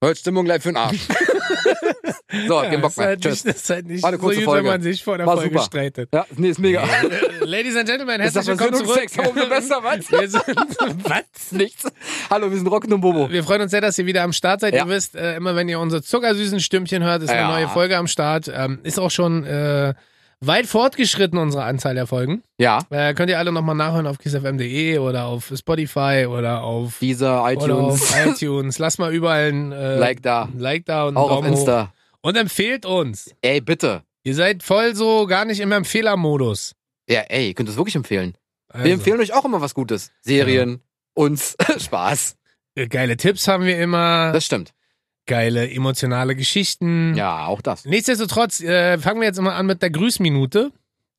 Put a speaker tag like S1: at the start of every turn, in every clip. S1: Hört Stimmung gleich für den Arsch. so,
S2: Ja,
S1: den Bock
S2: ist
S1: mehr.
S2: halt
S1: Tschüss.
S2: nicht, das ist halt nicht
S1: War eine kurze
S2: so gut,
S1: Folge.
S2: wenn man sich vor der
S1: War
S2: Folge
S1: super.
S2: streitet.
S1: Ja, nee, ist mega.
S2: Ladies and Gentlemen,
S1: Ist das
S2: herzlich willkommen
S1: Versöhnung,
S2: zurück.
S1: Sex? Aber umso besser, was?
S2: Wir sind, was?
S1: Nichts. Hallo, wir sind Rocken und Bobo.
S2: Wir freuen uns sehr, dass ihr wieder am Start seid.
S1: Ja.
S2: Ihr wisst, äh, immer wenn ihr unsere zuckersüßen Stimmchen hört, ist eine
S1: Ja.
S2: neue Folge am Start. Ähm, ist auch schon äh, weit fortgeschritten, unsere Anzahl der Folgen.
S1: Ja.
S2: Äh, könnt ihr alle nochmal nachhören auf kissfm.de oder auf Spotify oder auf,
S1: Dieser
S2: oder
S1: iTunes,
S2: auf iTunes. Lasst mal überall ein äh,
S1: like da.
S2: ein Like da und einen
S1: Auch auf
S2: Daumen hoch.
S1: Insta.
S2: Und empfehlt uns.
S1: Ey, bitte.
S2: Ihr seid voll so gar nicht im Empfehlermodus.
S1: Ja, ey, ihr könnt es wirklich empfehlen.
S2: Also,
S1: Wir empfehlen euch auch immer was Gutes. Serien, uns, Spaß.
S2: äh, Geile Tipps haben wir immer,
S1: Das stimmt.
S2: geile emotionale Geschichten.
S1: Ja, auch das.
S2: Nichtsdestotrotz äh, fangen wir jetzt immer an mit der Grüßminute.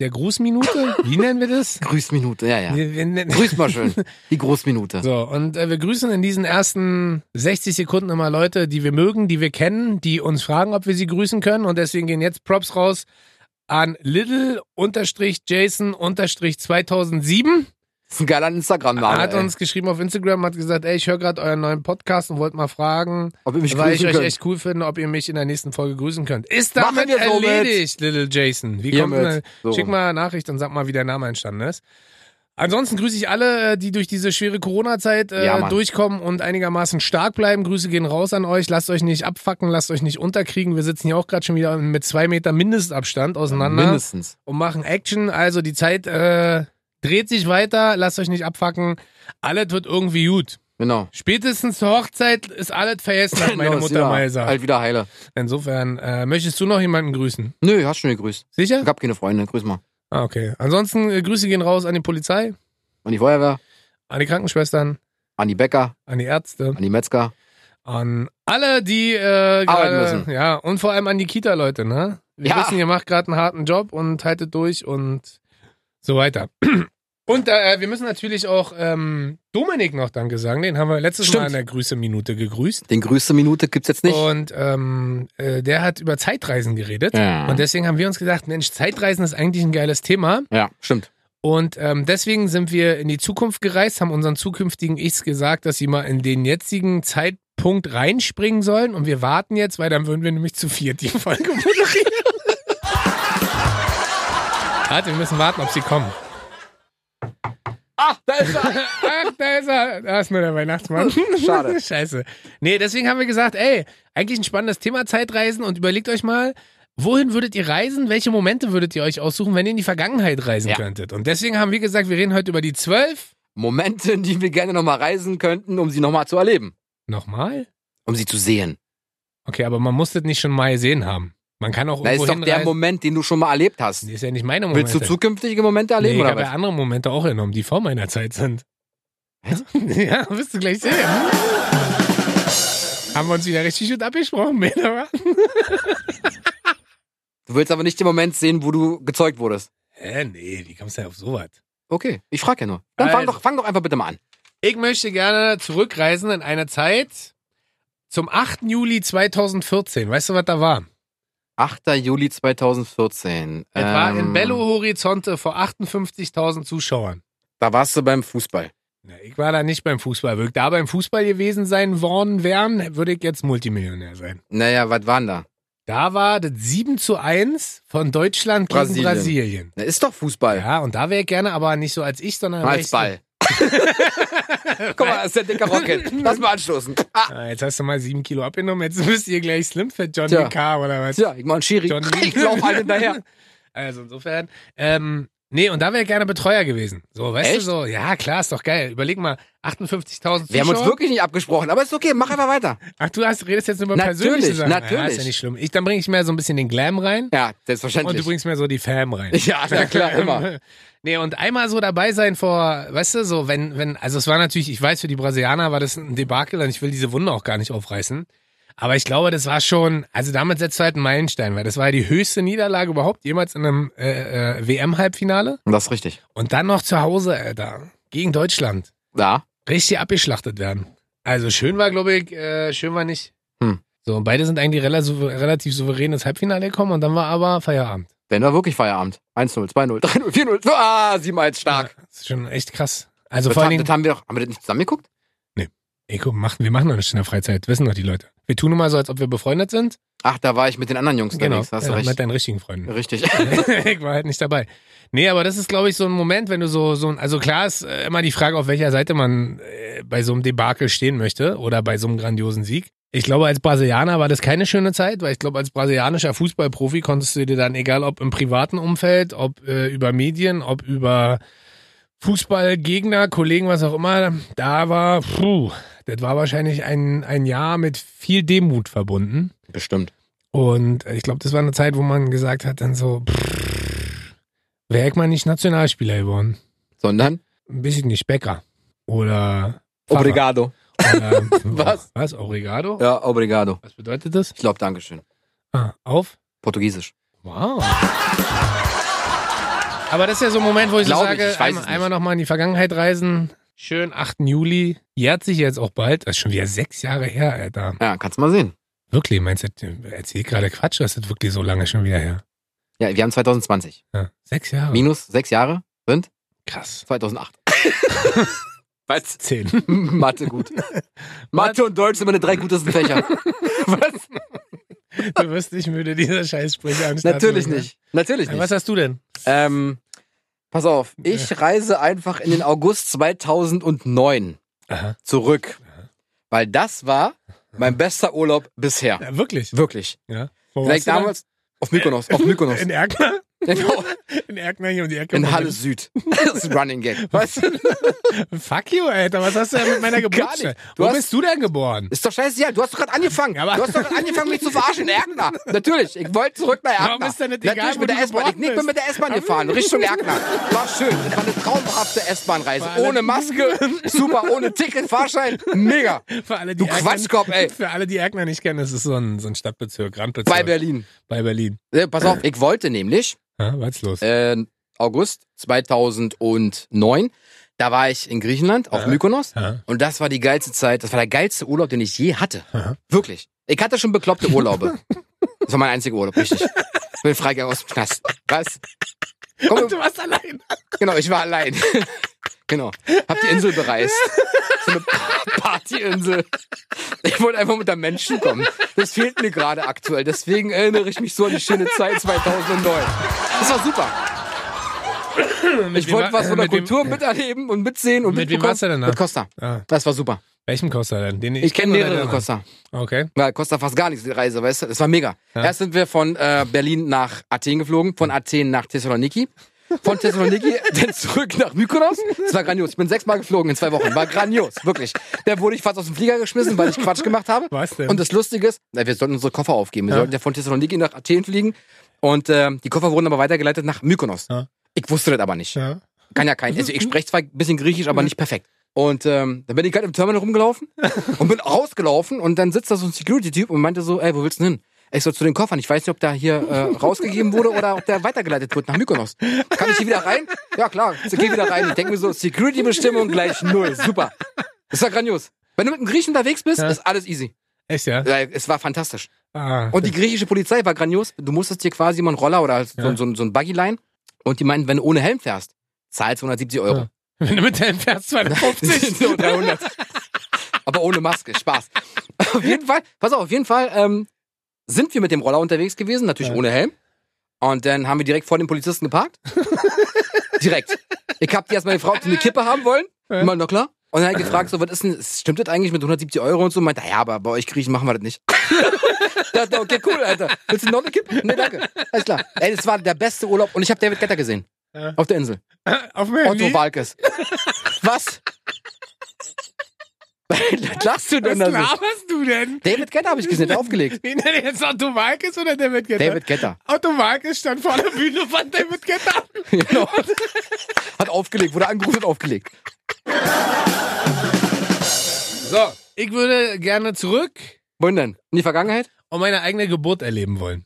S2: Der Grußminute? Wie nennen wir das?
S1: Grüßminute, ja, ja.
S2: Wir, wir nennen-
S1: Grüßt mal schön. Die Großminute.
S2: So, und äh, wir grüßen in diesen ersten 60 Sekunden immer Leute, die wir mögen, die wir kennen, die uns fragen, ob wir sie grüßen können. Und deswegen gehen jetzt Props raus an little-jason-2007.
S1: Das ist ein geiler Instagram-Name.
S2: Er hat
S1: ey.
S2: uns geschrieben auf Instagram, hat gesagt, ey, ich höre gerade euren neuen Podcast und wollte mal fragen,
S1: Ob ihr mich
S2: weil ich
S1: grüßen
S2: euch
S1: könnt.
S2: echt cool finde, ob ihr mich in der nächsten Folge grüßen könnt. Ist
S1: Machen
S2: damit
S1: wir so mit.
S2: erledigt, Little Jason. Wie kommt
S1: Hiermit.
S2: eine,
S1: So
S2: äh, Schick
S1: rum.
S2: mal eine Nachricht und sag mal, wie der Name entstanden ist. Ansonsten grüße ich alle, äh, die durch diese schwere Corona-Zeit äh,
S1: Ja, Mann.
S2: durchkommen und einigermaßen stark bleiben. Grüße gehen raus an euch. Lasst euch nicht abfacken, lasst euch nicht unterkriegen. Wir sitzen hier auch gerade schon wieder mit zwei Meter Mindestabstand auseinander
S1: Mindestens.
S2: und machen Action. Also die Zeit äh, dreht sich weiter. Lasst euch nicht abfacken. Alles wird irgendwie gut.
S1: Genau.
S2: Spätestens zur Hochzeit ist alles vergessen, hat meine
S1: Genau, ist
S2: Mutter
S1: wieder,
S2: mal also. gesagt.
S1: Halt wieder heile.
S2: Insofern, äh, möchtest du noch jemanden grüßen?
S1: Nö, hast schon gegrüßt.
S2: Sicher?
S1: Ich hab keine Freunde. Grüß mal.
S2: Ah, okay. Ansonsten, äh, Grüße gehen raus an die Polizei,
S1: An die Feuerwehr,
S2: an die Krankenschwestern,
S1: an die Bäcker,
S2: an die Ärzte,
S1: an die Metzger.
S2: an alle, die
S1: Arbeiten
S2: äh, gerade,
S1: müssen.
S2: ja, und vor allem an die Kita-Leute, ne? Wir
S1: Ja.
S2: wissen, ihr macht gerade einen harten Job und haltet durch und so weiter. Und äh, wir müssen natürlich auch ähm, Dominik noch Danke sagen. Den haben wir letztes
S1: Stimmt.
S2: Mal in der Grüße-Minute gegrüßt.
S1: Den grüßte Minute gibt's jetzt nicht.
S2: Und ähm, äh, der hat über Zeitreisen geredet.
S1: Ja.
S2: Und deswegen haben wir uns gedacht, Mensch, Zeitreisen ist eigentlich ein geiles Thema.
S1: ja, stimmt.
S2: Und ähm, deswegen sind wir in die Zukunft gereist, haben unseren zukünftigen Ichs gesagt, dass sie mal in den jetzigen Zeitpunkt reinspringen sollen. Und wir warten jetzt, weil dann würden wir nämlich zu viert die Folge moderieren. Warte, wir müssen warten, ob sie kommen.
S1: Ah, da ist er.
S2: Ach, da ist er. Da ist nur der Weihnachtsmann.
S1: Schade.
S2: Scheiße. Nee, deswegen haben wir gesagt, ey, eigentlich ein spannendes Thema Zeitreisen und überlegt euch mal, wohin würdet ihr reisen? Welche Momente würdet ihr euch aussuchen, wenn ihr in die Vergangenheit reisen
S1: Ja.
S2: könntet? Und deswegen haben wir gesagt, wir reden heute über die zwölf.
S1: Momente, in die wir gerne nochmal reisen könnten, um sie nochmal zu erleben.
S2: Nochmal?
S1: Um sie zu sehen.
S2: Okay, aber man muss das nicht schon mal gesehen haben. Man kann auch
S1: Da ist
S2: irgendwo
S1: doch der
S2: hinreisen.
S1: Moment, den du schon mal erlebt hast.
S2: Das ist ja nicht meine Momente.
S1: Willst du zukünftige Momente erleben
S2: nee, ich
S1: oder
S2: habe ja
S1: was?
S2: andere Momente auch genommen, die vor meiner Zeit sind. ja, wirst du gleich sehen. Haben wir uns wieder richtig gut abgesprochen, Männer? wa?
S1: Du willst aber nicht den Moment sehen, wo du gezeugt wurdest.
S2: Hä, nee, wie kommst du denn auf sowas?
S1: Okay, ich frage ja nur. Dann fang
S2: Also.
S1: doch, fang doch einfach bitte mal an.
S2: Ich möchte gerne zurückreisen in eine Zeit zum 8. Juli 2014. Weißt du, was da war?
S1: 8. Juli 2014.
S2: Es war in
S1: Ähm,
S2: Belo Horizonte vor 58.000 Zuschauern.
S1: Da warst du beim Fußball.
S2: Na, ich war da nicht beim Fußball. Würde ich da beim Fußball gewesen sein worden wären, würde ich jetzt Multimillionär sein.
S1: Naja, was waren da?
S2: Da war das 7 zu 1 von Deutschland gegen Brasilien.
S1: Brasilien. Na, ist doch Fußball.
S2: Ja, und da wäre ich gerne, aber nicht so als ich, sondern wär
S1: Als
S2: ich
S1: Ball. Guck mal, das ist der dicke Rocket. Lass mal anstoßen. Ah,
S2: So, Ah, jetzt hast du mal 7 Kilo abgenommen, jetzt müsst ihr gleich Slimfit John
S1: Tja.
S2: K. oder was?
S1: tja, ich mach einen Schiri.
S2: John
S1: Ich lauf alle hinterher.
S2: Also insofern, ähm, nee, und da wäre ich gerne Betreuer gewesen. So, weißt du
S1: Echt?
S2: so, ja klar, ist doch geil. Überleg mal, 58.000
S1: Wir haben uns
S2: Zuschauer.
S1: wirklich nicht abgesprochen, aber ist okay, mach einfach weiter.
S2: Ach, du hast, redest jetzt nur über
S1: Natürlich,
S2: persönliche Sachen. Ja, ist
S1: natürlich.
S2: ja nicht schlimm. Ich, dann bringe ich mehr so ein bisschen den Glam rein
S1: Ja,
S2: und du
S1: selbstverständlich.
S2: bringst mehr so die Fam rein.
S1: Ja, na klar, immer.
S2: Nee, und einmal so dabei sein vor, weißt du, so, wenn, wenn, also es war natürlich, ich weiß, für die Brasilianer war das ein Debakel und ich will diese Wunde auch gar nicht aufreißen. Aber ich glaube, das war schon, also damit setzt du halt einen Meilenstein, weil das war ja die höchste Niederlage überhaupt jemals in einem äh, äh, WM-Halbfinale.
S1: Das ist richtig.
S2: Und dann noch zu Hause, Alter, gegen Deutschland.
S1: Ja,
S2: Richtig abgeschlachtet werden. Also schön war, glaube ich, äh, schön war nicht.
S1: Hm.
S2: So, und beide sind eigentlich rela- souver- relativ souverän ins Halbfinale gekommen und dann war aber Feierabend.
S1: denn war wirklich Feierabend. 1-0, 2-0, 3-0, 4-0, ah, 7-1 stark.
S2: Ja, Das ist schon echt krass. Also
S1: das,
S2: vor allen
S1: haben,
S2: Dingen,
S1: das haben wir doch, haben wir das nicht zusammengeguckt?
S2: Nee. Ey, guck, mach, wir machen doch nichts in der Freizeit, wissen doch die Leute. Wir tun nur mal so, als ob wir befreundet sind.
S1: Ach, da war ich mit den anderen Jungs unterwegs, hast du
S2: Genau. ja, mit
S1: recht.
S2: deinen richtigen Freunden.
S1: Richtig.
S2: ich war halt nicht dabei. Nee, aber das ist, glaube ich, so ein Moment, wenn du so, so ein, also klar ist äh, immer die Frage, auf welcher Seite man äh, bei so einem Debakel stehen möchte oder bei so einem grandiosen Sieg. Ich glaube, als Brasilianer war das keine schöne Zeit, weil ich glaube, als brasilianischer Fußballprofi konntest du dir dann, egal ob im privaten Umfeld, ob äh, über Medien, ob über Fußballgegner, Kollegen, was auch immer, da war, puh, das war wahrscheinlich ein, ein Jahr mit viel Demut verbunden.
S1: Bestimmt.
S2: Und äh, ich glaube, das war eine Zeit, wo man gesagt hat, dann so, wäre ich mal nicht Nationalspieler geworden.
S1: Sondern?
S2: Ein bisschen nicht Bäcker. Oder. Pfarrer.
S1: Obrigado.
S2: Oder,
S1: Was?
S2: Was? Obrigado?
S1: Ja, obrigado.
S2: Was bedeutet das?
S1: Ich glaube, Dankeschön.
S2: Ah, auf?
S1: Portugiesisch.
S2: Wow. Aber das ist ja so ein Moment, wo ich so
S1: Glaub ich,
S2: sage,
S1: ich weiß es
S2: einmal,
S1: nicht.
S2: einmal nochmal in die Vergangenheit reisen. Schön, 8. Juli. Jährt sich jetzt auch bald. Das ist schon wieder sechs Jahre her, Alter.
S1: Ja, kannst du mal sehen.
S2: Wirklich, meinst du, erzähl gerade Quatsch, das ist wirklich so lange schon wieder her.
S1: Ja, wir haben 2020.
S2: Ja, sechs Jahre.
S1: Minus sechs Jahre sind
S2: Krass.
S1: 2008. Was?
S2: Zehn.
S1: Mathe gut. Mathe und Deutsch sind meine drei gutesten Fächer. Was?
S2: Du wirst nicht müde, dieser Scheißsprüche am Start zu
S1: Natürlich
S2: bringen.
S1: nicht. Natürlich
S2: ne? Was
S1: nicht.
S2: hast du denn?
S1: Ähm, pass auf, ich reise einfach in den August 2009
S2: Aha.
S1: zurück. Weil das war mein bester Urlaub bisher.
S2: Ja, wirklich.
S1: Wirklich.
S2: Ja. Wo
S1: Vielleicht
S2: warst du
S1: damals auf Mykonos, auf Mykonos.
S2: da? In Erkner?
S1: Genau,
S2: In Erkner hier um die Ecke.
S1: in Halle Süd. Das ist ein Running Gag. Weißt du?
S2: Fuck you, Alter. Was hast du denn mit meiner Geburtsstadt?
S1: nicht. Du
S2: Wo
S1: hast-
S2: bist du denn geboren?
S1: Ist doch scheißegal, du hast doch gerade angefangen.
S2: Ja, aber-
S1: du hast doch gerade angefangen, mich zu verarschen, Erkner. Natürlich, ich wollte zurück nach Erkner.
S2: Warum ist denn nicht egal,
S1: Natürlich
S2: wo
S1: mit
S2: du
S1: der S-Bahn. Ich
S2: geboren
S1: nee, bin mit der S-Bahn gefahren, Richtung Erkner. War schön, das war eine traumhafte S-Bahn-Reise.
S2: War
S1: Ohne
S2: alle-
S1: Maske, super, ohne Ticket, Fahrschein, mega.
S2: Für alle,
S1: Du Quatschkopf, ey.
S2: Für alle, die Erkner nicht kennen, das ist so ein, so ein Stadtbezirk, Randbezirk.
S1: Bei Berlin.
S2: Bei Berlin.
S1: Äh, pass auf, ich wollte nämlich,
S2: Ja, was ist los?
S1: äh, August 2009, da war ich in Griechenland, auf
S2: Ja.
S1: Mykonos.
S2: Ja.
S1: Und das war die geilste Zeit, das war der geilste Urlaub, den ich je hatte.
S2: Aha.
S1: Wirklich. Ich hatte schon bekloppte Urlaube. Das war mein einziger Urlaub, richtig. Ich bin freigegangen aus dem Knast. Was? Komm,
S2: Und du warst allein.
S1: genau, ich war allein. Genau. Hab die Insel bereist. So eine Partyinsel. Ich wollte einfach mit der Menschen kommen. Das fehlt mir gerade aktuell. Deswegen erinnere ich mich so an die schöne Zeit 2009. Das war super. Ich
S2: wem
S1: wollte
S2: war-
S1: was von der
S2: mit wem-
S1: Kultur miterleben und mitsehen und
S2: Mit wem
S1: mitbekommen.
S2: warst du denn da?
S1: Mit Costa.
S2: Ah,
S1: Das war super.
S2: welchen Costa denn? Den
S1: Ich kenne
S2: kenn oder
S1: mehrere
S2: den anderen?
S1: Costa.
S2: Okay.
S1: Ja, kostet fast gar nichts, die Reise, weißt du? Das war mega. Erst sind wir von äh, Berlin nach Athen geflogen, von Athen nach Thessaloniki. Von Thessaloniki dann zurück nach Mykonos. Das war grandios. Ich bin sechsmal geflogen in zwei Wochen. War grandios, wirklich. Da wurde ich fast aus dem Flieger geschmissen, weil ich Quatsch gemacht habe.
S2: Was denn?
S1: Und das Lustige ist, na, wir sollten unsere Koffer aufgeben. Wir sollten ja von Thessaloniki nach Athen fliegen. Und ähm, die Koffer wurden aber weitergeleitet nach Mykonos.
S2: Ja.
S1: Ich wusste das aber nicht.
S2: Ja.
S1: Kann ja kein. Also ich spreche zwar ein bisschen Griechisch, aber nicht perfekt. Und ähm, dann bin ich halt im Terminal rumgelaufen und bin rausgelaufen und dann sitzt da so ein Security-Typ und meinte so, ey, wo willst du denn hin? Ich soll zu den Koffern. Ich weiß nicht, ob der hier äh, rausgegeben wurde oder ob der weitergeleitet wird nach Mykonos. Kann ich hier wieder rein? Ja, klar. Ich geh wieder rein. Ich denke mir so, Security-Bestimmung gleich null. Super. Das war grandios. Wenn du mit einem Griechen unterwegs bist,
S2: Ja.
S1: ist alles easy.
S2: Echt, ja?
S1: Ja, Es war fantastisch.
S2: Ah.
S1: Und die griechische Polizei war grandios. Du musstest dir quasi mal einen Roller oder halt so,
S2: Ja.
S1: so, ein- so ein Buggy leihen. Und die meinten, wenn du ohne Helm fährst, zahlst du 170 Euro.
S2: Ja. Wenn du mit deinem Pferd 250.
S1: so 300. Aber ohne Maske, Spaß. Auf jeden Fall, pass auf, auf jeden Fall ähm, sind wir mit dem Roller unterwegs gewesen, natürlich
S2: Ja.
S1: ohne Helm. Und dann haben wir direkt vor dem Polizisten geparkt. direkt. Ich hab die erstmal gefragt, ob die eine Kippe haben wollen.
S2: Ja.
S1: Immer, na klar. Und dann hab ich gefragt, so, was ist denn, stimmt das eigentlich mit 170 Euro und so? Meint, ja, aber bei euch Griechen machen wir das nicht. Das, okay, cool, Alter. Willst du noch eine Kippe? Nee, danke. Alles klar. Ey, das war der beste Urlaub und ich habe David Getter gesehen.
S2: Ja.
S1: Auf der Insel.
S2: Auf dem Handy.
S1: Otto Walkes. Was? Was lachst du
S2: Was
S1: denn da so?
S2: laberst du denn?
S1: David Getter habe ich gesehen, der hat aufgelegt.
S2: Wen denn jetzt Otto Walkes oder David Getter?
S1: David Getter.
S2: Otto Walkes stand vor der Bühne von David Getter.
S1: Genau. Hat aufgelegt, wurde angerufen und aufgelegt.
S2: So, ich würde gerne zurück
S1: Wohin denn? In die Vergangenheit?
S2: und meine eigene Geburt erleben wollen.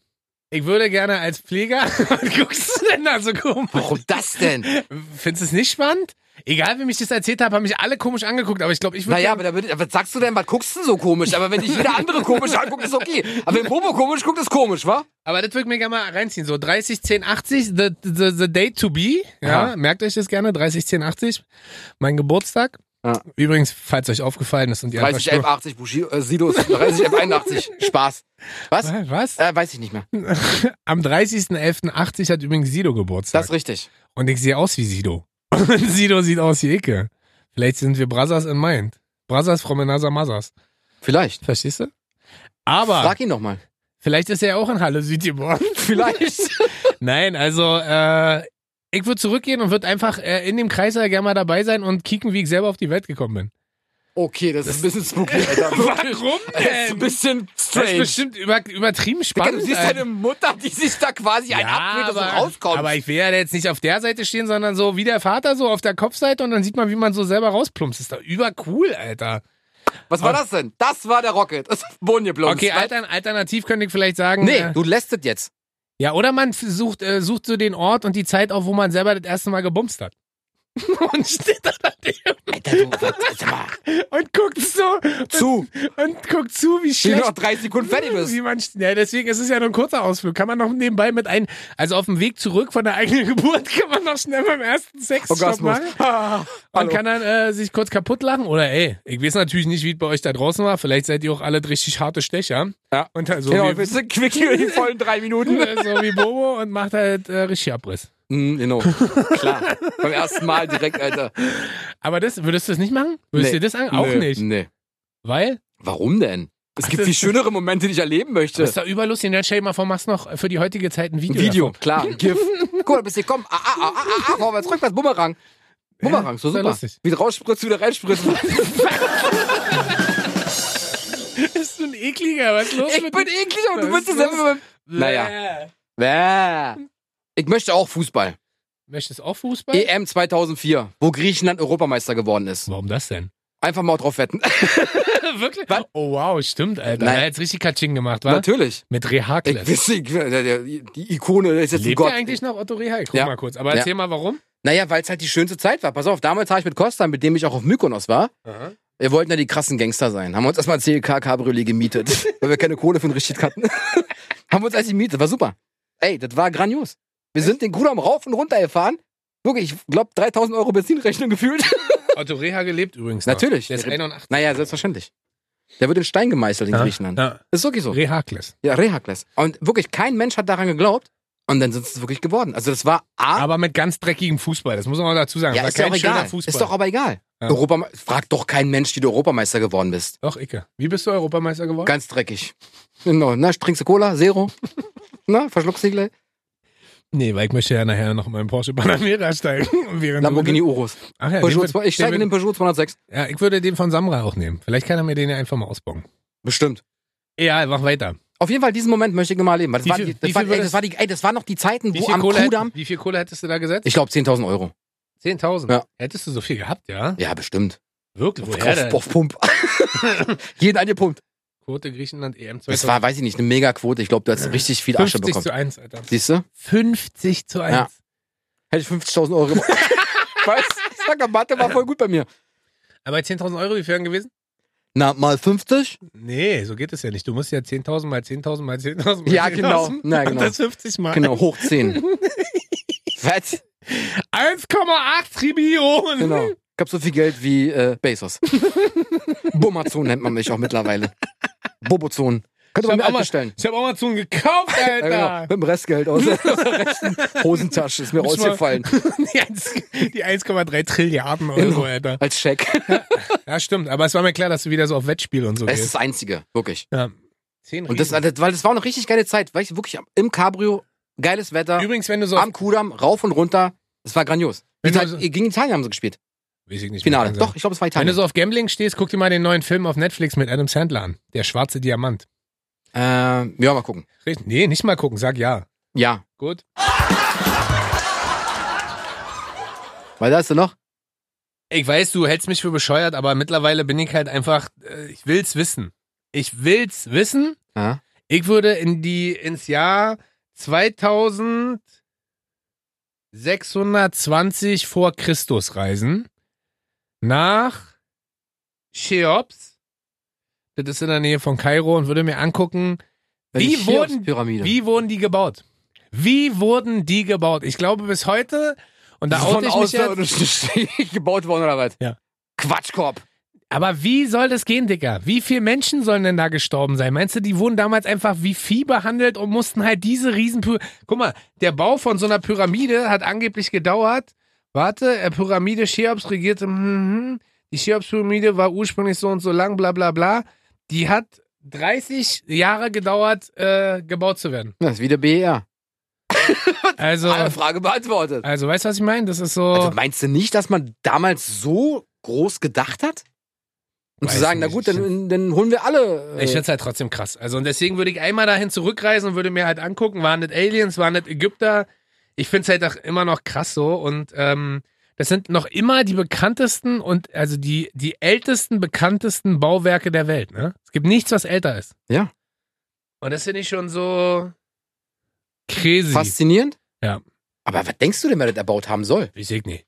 S2: Ich würde gerne als Pfleger. Was guckst du denn da so komisch?
S1: Warum das denn?
S2: Findest du es nicht spannend? Egal, wie mich das erzählt habe, haben mich alle komisch angeguckt, aber ich glaube, ich würde.
S1: Naja, aber da würde, was sagst du denn, was guckst du so komisch? Aber wenn dich jeder andere komisch anguckt, ist okay. Aber wenn Bobo komisch guckt, ist komisch, wa?
S2: Aber das würde ich mir gerne mal reinziehen. So 30, 10, 80, the, the, the date to be. Ja,
S1: Aha.
S2: merkt euch das gerne. 30, 10, 80, mein Geburtstag.
S1: Ja.
S2: Übrigens, falls euch aufgefallen ist und ihr
S1: 30
S2: einfach
S1: F80 Bushido, äh, Sido ist 30 F81. Spaß. Was?
S2: nur, Was?
S1: Äh, weiß ich nicht mehr.
S2: Am 30.11.80 hat übrigens Sido Geburtstag.
S1: Das ist richtig.
S2: und ich sehe aus wie Sido. Und Sido sieht aus wie Icke. Vielleicht sind wir Brothers in Mind. Brothers from another Mothers.
S1: Vielleicht.
S2: Verstehst du? Aber
S1: Frag ihn nochmal.
S2: vielleicht ist er ja auch in Halle Süd geboren.
S1: Vielleicht.
S2: Nein, also äh, ich würde zurückgehen und würde einfach äh, in dem Kreis gerne mal dabei sein und kicken, wie ich selber auf die Welt gekommen bin.
S1: Okay, das ist ein bisschen spooky, Alter.
S2: Warum
S1: Das ist ein
S2: denn?
S1: bisschen
S2: Das Ähm, ist
S1: strange.
S2: bestimmt über, übertrieben
S1: Digga,
S2: spannend.
S1: du siehst
S2: Alter.
S1: deine Mutter, die sich da quasi ein abquält, dass du rauskommst.
S2: aber ich will ja jetzt nicht auf der Seite stehen, sondern so wie der Vater, so auf der Kopfseite und dann sieht man, wie man so selber rausplumpst. Ist doch übercool, Alter.
S1: Was war das denn? Das war der Rocket. Das ist auf den Boden geblumst.
S2: Okay,
S1: Alter.
S2: altern, alternativ könnte ich vielleicht sagen.
S1: Nee,
S2: äh,
S1: du lässt es jetzt.
S2: Ja, oder man f- sucht, äh, sucht so den Ort und die Zeit auf, wo man selber das erste Mal gebumst hat. und steht da daneben
S1: Alter, du, was- sag mal.
S2: und guckt so
S1: Zu.
S2: und guckt zu, wie
S1: Ich
S2: schlecht.
S1: noch 30 Sekunden fertig bist.
S2: Hm, Wie man, st- ja, deswegen ist es ja nur ein kurzer Ausflug. Kann man noch nebenbei mit ein, also auf dem Weg zurück von der eigenen Geburt, kann man noch schnell beim ersten Sexstopp
S1: Orgasmus.
S2: machen.
S1: Ah,
S2: Man
S1: Oh hallo.
S2: kann dann äh, sich kurz kaputt lachen oder ey, ich weiß natürlich nicht, wie es bei euch da draußen war. Vielleicht seid ihr auch alle richtig harte Stecher.
S1: Ja.
S2: Und dann so,
S1: Genau,
S2: wie,
S1: bist du quick hier in die vollen drei Minuten.
S2: äh, so wie Bobo und macht halt äh, richtig Abriss.
S1: Mm, Genau. Klar. Beim ersten Mal direkt, Alter.
S2: Aber das, würdest du das nicht machen? Würdest
S1: Nee.
S2: du dir das an? Auch
S1: Nö,
S2: nicht.
S1: Nee.
S2: Weil?
S1: Warum denn? Es gibt
S2: das-
S1: viel schönere Momente, die ich erleben möchte.
S2: Das ist doch überlustig. Und dann stell dir mal vor, machst noch für die heutige Zeit ein Video.
S1: Video, klar, ein GIF. Guck mal, bist du komm, ah, ah, ah, ah, ah, vorwärts, rückwärts, Bumerang. Bumerang, so
S2: sehr
S1: super.
S2: lustig.
S1: Wie rausspritzt, wieder reinspritzt.
S2: davon. Bist du ein ekliger? Was ist los
S1: Ich
S2: mit
S1: bin eklig und du
S2: Was
S1: willst es
S2: ist los?
S1: selber. Naja.
S2: Bäh.
S1: Bäh. Ich möchte auch Fußball.
S2: Möchtest du auch Fußball?
S1: EM 2004, wo Griechenland Europameister geworden ist.
S2: Warum das denn?
S1: Einfach mal drauf wetten.
S2: Wirklich? Oh wow, stimmt, Alter.
S1: Nein.
S2: Er hat richtig Katsching gemacht, wa?
S1: Natürlich.
S2: Mit
S1: Ich,
S2: Rehakles.
S1: wisse, ich, der, der, die Ikone der ist jetzt ein
S2: Lebt
S1: Gott.
S2: er eigentlich noch Otto Rehagel? Guck
S1: Ja.
S2: mal kurz. Aber
S1: Ja.
S2: erzähl mal, warum?
S1: Naja, weil es halt die schönste Zeit war. Pass auf, damals habe ich mit Kostan, mit dem ich auch auf Mykonos war, wir wollten ja die krassen Gangster sein. Haben uns erstmal ein CLK-Cabriolet gemietet, weil wir keine Kohle für ein Richard hatten. haben uns erst gemietet, war super. Ey, das war grandios. Wir sind den Kudamm rauf und runter gefahren. Wirklich, ich glaube 3000 Euro Benzinrechnung gefühlt.
S2: Otto Rehagel lebt übrigens noch.
S1: Natürlich.
S2: Der ist 81.
S1: Naja, selbstverständlich. Der wird in Stein gemeißelt in Griechenland.
S2: Ja.
S1: Ist wirklich so.
S2: Rehakles.
S1: Ja, Rehakles. Und wirklich, kein Mensch hat daran geglaubt. Und dann sind es wirklich geworden. Also das war A.
S2: Aber mit ganz dreckigem Fußball, das muss man auch dazu sagen.
S1: ja,
S2: War
S1: ist ja
S2: kein
S1: auch
S2: schöner
S1: egal.
S2: Fußball.
S1: Ist doch aber egal.
S2: Ja.
S1: Europame Fragt doch kein Mensch, wie du Europameister geworden bist.
S2: Doch, Icke. Wie bist du Europameister geworden?
S1: Ganz dreckig. Genau. Na, trinkst du Cola? Zero? Na, verschluckst du gleich?
S2: nee, weil ich möchte ja nachher noch in meinen Porsche Panamera steigen. während du-
S1: Lamborghini Urus.
S2: Ach ja, den
S1: Peugeot
S2: würd-
S1: zwei- ich steige in
S2: den
S1: den
S2: würd-
S1: Peugeot 206.
S2: ja, ich würde den von Samra auch nehmen. Vielleicht kann er mir den ja einfach mal ausbauen.
S1: Bestimmt.
S2: Ja, mach weiter.
S1: Auf jeden Fall, diesen Moment möchte ich noch mal erleben. weil Das,
S2: Wie
S1: war,
S2: viel-
S1: die-
S2: wie
S1: das, war,
S2: viel
S1: ey, das war die, ey, das waren noch die Zeiten,
S2: Wie
S1: wo
S2: viel,
S1: am
S2: Kohle,
S1: Kudamm...
S2: hätt- wie viel Kohle hättest du da gesetzt?
S1: Ich glaube 10.000 Euro.
S2: 10.000.
S1: Ja.
S2: Hättest du so viel gehabt, ja?
S1: Ja, bestimmt.
S2: Wirklich.
S1: Auf,
S2: Woher denn?
S1: auf, auf Pump. Jeden eingepumpt.
S2: Quote Griechenland EM
S1: Das war, weiß ich nicht, eine Megaquote. Ich glaube, du hast richtig viel Asche
S2: 50
S1: bekommen.
S2: zu 1, Alter.
S1: Siehst du?
S2: 50 zu 1.
S1: Ja. Hätte ich 50.000 Euro gemacht. weißt du, ich sag, Mathe war voll gut bei mir.
S2: Aber 10.000 Euro, wie viel wären gewesen?
S1: Na, mal 50?
S2: Nee, so geht es ja nicht. Du musst ja 10.000 mal 10.000 mal 10.000 mal
S1: Ja, genau.
S2: 10.000
S1: Na,
S2: und
S1: genau.
S2: das 50 mal.
S1: Genau, hoch 10. Fett.
S2: 1,8 Trillionen.
S1: Genau. Ich hab so viel Geld wie äh, Bezos. Bumazon nennt man mich auch mittlerweile. Bobozon. Könnte
S2: Ich
S1: man
S2: hab,
S1: mir
S2: auch
S1: alt
S2: mal,
S1: bestellen.
S2: ich hab auch mal zu einem gekauft, Alter.
S1: Ja, genau. Mit dem Restgeld aus der rechten Hosentasche. Ist mir
S2: Muss mal-
S1: rausgefallen.
S2: Die 1 die 1,3 Trilliarden Euro,
S1: Genau.
S2: Alter.
S1: Als Scheck.
S2: Ja, stimmt. Aber es war mir klar, dass du wieder so auf Wettspiel und so
S1: Das ist
S2: gehst.
S1: das Einzige, wirklich.
S2: Ja. 10
S1: Und das,
S2: Riesen.
S1: das, weil das war eine richtig geile Zeit. Weil ich wirklich im Cabrio, geiles Wetter,
S2: Übrigens, wenn du so auf
S1: am Kudamm, rauf und runter. Es war grandios.
S2: Wenn du
S1: Ital
S2: so-
S1: gegen Italien haben sie gespielt.
S2: Weiß ich nicht.
S1: Finale.
S2: mehr, kann sein.
S1: Doch, ich glaube, es war
S2: Wenn du
S1: Italien.
S2: so auf Gambling stehst, guck dir mal den neuen Film auf Netflix mit Adam Sandler an. Der schwarze Diamant.
S1: Ähm, ja, mal gucken.
S2: Richtig? Nee, nicht mal gucken, sag ja.
S1: Ja.
S2: Gut.
S1: Weil da ist du noch?
S2: Ich weiß, du hältst mich für bescheuert, aber mittlerweile bin ich halt einfach, äh, ich will's wissen. Ich will's wissen.
S1: Ja.
S2: Ich würde in die, ins Jahr 2620 vor Christus reisen. Nach Cheops. Das ist in der Nähe von Kairo und würde mir angucken, Wie
S1: Die
S2: wurden-
S1: Cheops-Pyramide.
S2: Wie wurden die gebaut? Wie wurden die gebaut? Ich glaube bis heute, und da
S1: Von
S2: oute ich mich
S1: außen
S2: jetzt,
S1: gebaut worden oder was?
S2: Ja.
S1: Quatschkorb.
S2: Aber wie soll das gehen, Dicker? Wie viele Menschen sollen denn da gestorben sein? Meinst du, die wurden damals einfach wie Vieh behandelt und mussten halt diese Riesenpyramide. Guck mal, der Bau von so einer Pyramide hat angeblich gedauert. Warte, äh, Pyramide Cheops regierte. mhm, Die Cheops-Pyramide war ursprünglich so und so lang, bla bla bla. Die hat 30 Jahre gedauert, äh, gebaut zu werden.
S1: Das ist wieder BER.
S2: Also,
S1: Alle Frage beantwortet.
S2: also weißt du, was ich meine? Das ist so.
S1: Also meinst du nicht, dass man damals so groß gedacht hat? Und zu
S2: Weiß
S1: sagen, na
S2: nicht.
S1: gut, dann, dann holen wir alle.
S2: Ich
S1: Äh,
S2: finde es halt trotzdem krass. Also und deswegen würde ich einmal dahin zurückreisen und würde mir halt angucken, waren das Aliens, waren das Ägypter. Ich finde es halt auch immer noch krass so. Und ähm, das sind noch immer die bekanntesten und also die, die ältesten, bekanntesten Bauwerke der Welt. Ne? Es gibt nichts, was älter ist.
S1: Ja.
S2: Und das finde ich schon so crazy.
S1: faszinierend?
S2: Ja.
S1: Aber was denkst du denn, wer das erbaut haben soll?
S2: Ich sehe nicht.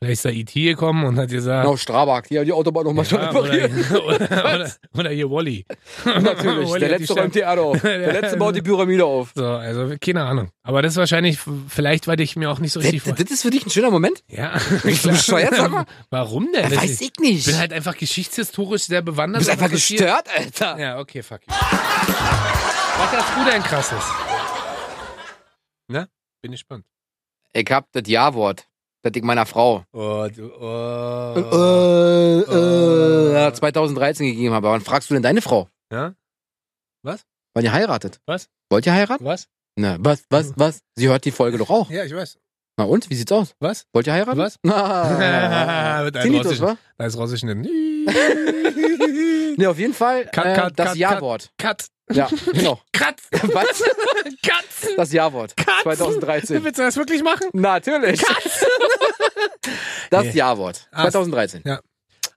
S2: Vielleicht ist da IT gekommen und hat gesagt.
S1: Genau, Strabag, die die Autobahn nochmal ja,
S2: ja, oder,
S1: repariert.
S2: oder, oder, oder hier Wally.
S1: Natürlich,
S2: Wally
S1: der
S2: hat die
S1: letzte
S2: Stadt-
S1: räumt die Erde auf. Der letzte baut die Pyramide auf.
S2: So, also keine Ahnung. Aber das ist wahrscheinlich, vielleicht weil ich mir auch nicht so richtig
S1: Das,
S2: vor.
S1: das ist für dich ein schöner Moment?
S2: Ja.
S1: Bist du bescheuert, sag mal?
S2: Warum denn?
S1: Ja,
S2: Das-
S1: weiß ich nicht.
S2: Ich bin halt einfach geschichtshistorisch sehr
S1: du
S2: bewandert.
S1: bist
S2: und
S1: einfach
S2: interessiert.
S1: gestört, Alter.
S2: Ja, okay, fuck you. Was hast du denn krasses? Ne? Bin gespannt.
S1: Ich hab das Ja-Wort. Das ich meiner Frau.
S2: Oh, du,
S1: Äh,
S2: oh.
S1: äh, 2013 gegeben habe. Wann fragst du denn deine Frau?
S2: Ja? Was?
S1: Wann ihr heiratet?
S2: Was?
S1: Wollt ihr heiraten?
S2: Was?
S1: Na, was, was, was? Sie hört die Folge doch auch.
S2: Ja, ich weiß.
S1: Na und? Wie sieht's aus?
S2: Was?
S1: Wollt ihr heiraten?
S2: Was?
S1: Na,
S2: Mit einem
S1: Tinnitus,
S2: Russischen.
S1: wa?
S2: Da ist rausgeschnitten.
S1: Ne, auf jeden Fall
S2: Cut,
S1: äh,
S2: cut,
S1: das
S2: cut,
S1: Ja-Wort.
S2: Cut.
S1: Ja, genau.
S2: Katz.
S1: Was?
S2: Katzen.
S1: Das Ja-Wort.
S2: Katzen.
S1: 2013.
S2: Willst du das wirklich machen?
S1: Natürlich. Das
S2: Nee.
S1: Ja-Wort.
S2: Ah,
S1: 2013.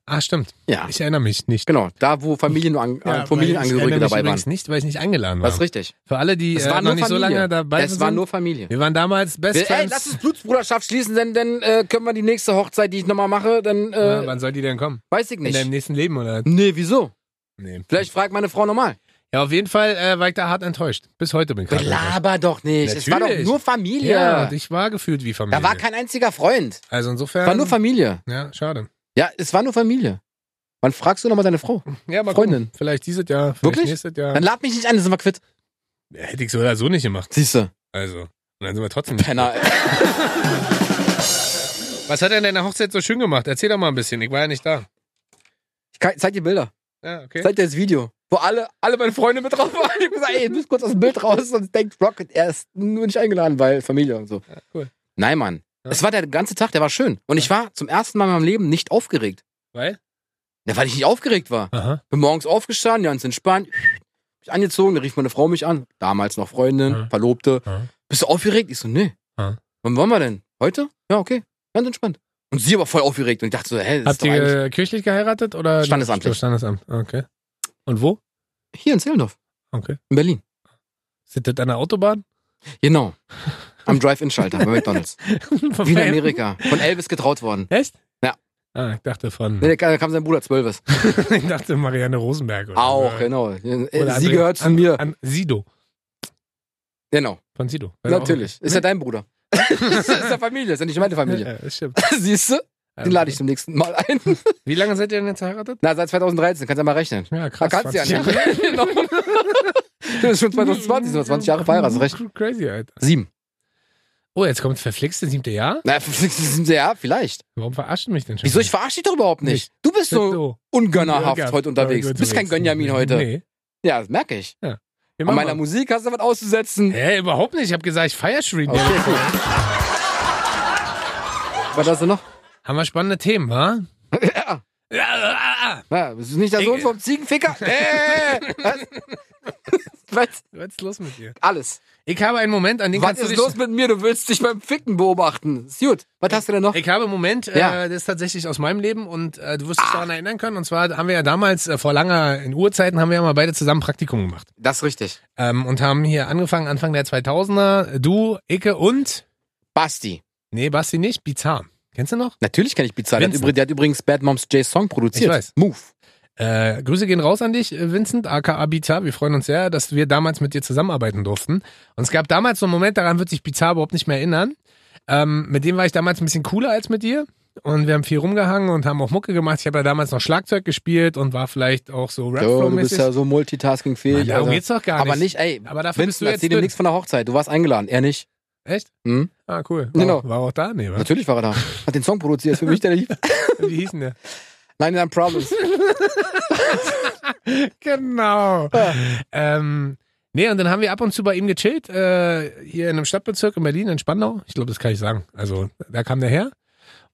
S2: Ah, stimmt.
S1: Ja,
S2: Ich erinnere mich nicht.
S1: genau. Da, wo Familien nur an,
S2: Ja,
S1: äh, Familienangehörige
S2: weil ich erinnere mich
S1: dabei waren.
S2: übrigens nicht, weil ich nicht eingeladen war.
S1: Das ist richtig.
S2: Für alle, die
S1: Es
S2: äh,
S1: war
S2: noch
S1: nur
S2: nicht so
S1: Familie.
S2: lange dabei
S1: Es
S2: sind.
S1: war nur Familie.
S2: wir waren damals Best
S1: Wir, ey,
S2: Friends.
S1: lass uns Blutsbruderschaft schließen, denn dann äh, können wir die nächste Hochzeit, die ich nochmal mache, dann äh,
S2: ja, wann soll die denn kommen?
S1: weiß ich
S2: In deinem
S1: nicht.
S2: nächsten Leben oder?
S1: Nee, wieso?
S2: Nee.
S1: Vielleicht fragt meine Frau nochmal.
S2: Ja, auf jeden Fall äh, war ich da hart enttäuscht. Bis heute bin ich gerade enttäuscht.
S1: Laber doch nicht. Es war doch
S2: Natürlich.
S1: nur Familie.
S2: Ja, und ich war gefühlt wie Familie.
S1: da war kein einziger Freund.
S2: also insofern.
S1: War nur Familie.
S2: ja, schade.
S1: Ja, es war nur Familie. Wann fragst du nochmal deine Frau?
S2: Ja, mal
S1: Freundin.
S2: Gucken. Vielleicht dieses Jahr, vielleicht
S1: Wirklich?
S2: nächstes Jahr.
S1: Dann lad mich nicht ein, dann sind wir quitt.
S2: Hätte ich so oder so nicht gemacht.
S1: Siehste,
S2: Also. Und dann sind wir trotzdem.
S1: Penner. ey.
S2: Was hat denn deine Hochzeit so schön gemacht? Erzähl doch mal ein bisschen. Ich war ja nicht da.
S1: Ich kann, zeig dir Bilder.
S2: Ja, okay.
S1: Zeig dir das Video. Wo alle, alle meine Freunde mit drauf waren. Ich hab gesagt, ey, du bist kurz aus dem Bild raus, sonst denkt Rocket, er ist nur nicht eingeladen, weil Familie und so.
S2: cool.
S1: Nein, Mann.
S2: Ja.
S1: Es war der ganze Tag, der war schön. Und ich war zum ersten Mal in meinem Leben nicht aufgeregt.
S2: Weil?
S1: Ja, weil ich nicht aufgeregt war.
S2: Aha.
S1: Bin morgens aufgestanden, ganz entspannt, mich angezogen, da rief meine Frau mich an. Damals noch Freundin,
S2: Ja.
S1: Verlobte.
S2: Ja.
S1: Bist du aufgeregt? Ich so, nee.
S2: Ja.
S1: Wann wollen wir denn? Heute? Ja, okay. Ganz entspannt. Und sie aber voll aufgeregt. Und ich dachte so, hä, das
S2: Habt
S1: ist doch eigentlich
S2: ihr äh, kirchlich geheiratet oder?
S1: Standesamtlich.
S2: So, Standesamt, okay. Und wo?
S1: hier in Zehlendorf,
S2: Okay.
S1: in Berlin.
S2: Sind das an der Autobahn?
S1: Genau. Am Drive-In-Schalter bei McDonalds. Wie in Amerika. Von Elvis getraut worden.
S2: Echt?
S1: Ja.
S2: Ah, ich dachte von.
S1: Nee, da kam sein Bruder Zwölfes.
S2: ich dachte Marianne Rosenberg. Oder
S1: Auch,
S2: Oder
S1: genau.
S2: Andrea-
S1: Sie gehört zu
S2: an,
S1: mir.
S2: An Sido.
S1: Genau,
S2: Von Sido.
S1: natürlich. Ist ja dein Bruder. ist ja Familie, ist ja nicht meine Familie.
S2: Ja, das stimmt.
S1: Siehst du? Den lade ich zum nächsten Mal ein.
S2: Wie lange seid ihr denn jetzt verheiratet?
S1: Na, seit 2013, kannst du ja mal rechnen.
S2: Ja,
S1: Da
S2: krass.
S1: kannst du ja
S2: 20
S1: nicht. Genau. Das ist schon 2020, sind wir 20 Jahre verheiratet, recht.
S2: Crazy, Alter.
S1: Sieben.
S2: Oh, jetzt kommt verflixte siebte Jahr?
S1: Na, ja, vielleicht.
S2: Warum verarscht du mich denn schon?
S1: Wieso? Ich verarsche dich doch überhaupt nicht. Du bist so ungönnerhaft heute unterwegs. Du bist kein Gönjamin heute.
S2: Nee.
S1: Ja, das merke ich.
S2: Immer
S1: An meiner
S2: mal.
S1: Musik hast du was auszusetzen.
S2: Hä, überhaupt nicht. Ich habe gesagt, ich feier Shreen.
S1: Okay, cool. Was hast du noch?
S2: Haben wir spannende Themen, wa?
S1: Ja,
S2: Ja, ah,
S1: na, bist du nicht der Sohn
S2: Ich-
S1: vom Ziegenficker? Äh, was? was?
S2: Was ist los mit dir?
S1: Alles.
S2: Ich habe einen Moment, an den
S1: Was
S2: kannst du
S1: ist
S2: dich...
S1: los mit mir? Du willst dich beim Ficken beobachten. Ist gut. Was hast du denn noch?
S2: Ich habe einen Moment,
S1: Ja.
S2: äh, das ist tatsächlich aus meinem Leben und äh, du wirst dich daran erinnern können. Und zwar haben wir ja damals, äh, vor langer, in Urzeiten, haben wir ja mal beide zusammen Praktikum gemacht.
S1: Das ist richtig.
S2: Ähm, und haben hier angefangen, Anfang der 2000er, du, Icke und...
S1: Basti.
S2: Nee, Basti nicht, Bizarre. Kennst du noch?
S1: Natürlich kann ich Pizza. Der hat,
S2: Vincent.
S1: übrig- der hat übrigens Bad Moms J's Song produziert.
S2: Ich weiß.
S1: Move.
S2: Äh, Grüße gehen raus an dich, äh, Vincent, aka Bizarre. Wir freuen uns sehr, dass wir damals mit dir zusammenarbeiten durften. Und es gab damals so einen Moment, daran wird sich Bizarre überhaupt nicht mehr erinnern. Ähm, mit dem war ich damals ein bisschen cooler als mit dir. und wir haben viel rumgehangen und haben auch Mucke gemacht. Ich habe ja damals noch Schlagzeug gespielt und war vielleicht auch so rap
S1: So, du bist
S2: mäßig
S1: ja so multitaskingfähig.
S2: Darum
S1: Alter.
S2: geht's doch gar nicht.
S1: Aber nicht, ey.
S2: Aber dafür bist du
S1: Vincent,
S2: jetzt
S1: erzähl dir
S2: dünn.
S1: nichts von der Hochzeit. Du warst eingeladen, er nicht.
S2: Echt?
S1: Hm?
S2: Ah, cool. War,
S1: Genau.
S2: auch, war auch da? Nee, was?
S1: Natürlich war er da. Hat den Song produziert, ist für mich der lieb.
S2: Wie hieß denn der?
S1: Nein, nein, Problems.
S2: Genau. Ähm, nee, und dann haben wir ab und zu bei ihm gechillt, äh, hier in einem Stadtbezirk in Berlin, in Spandau. Ich glaube, das kann ich sagen. Also, da kam der her.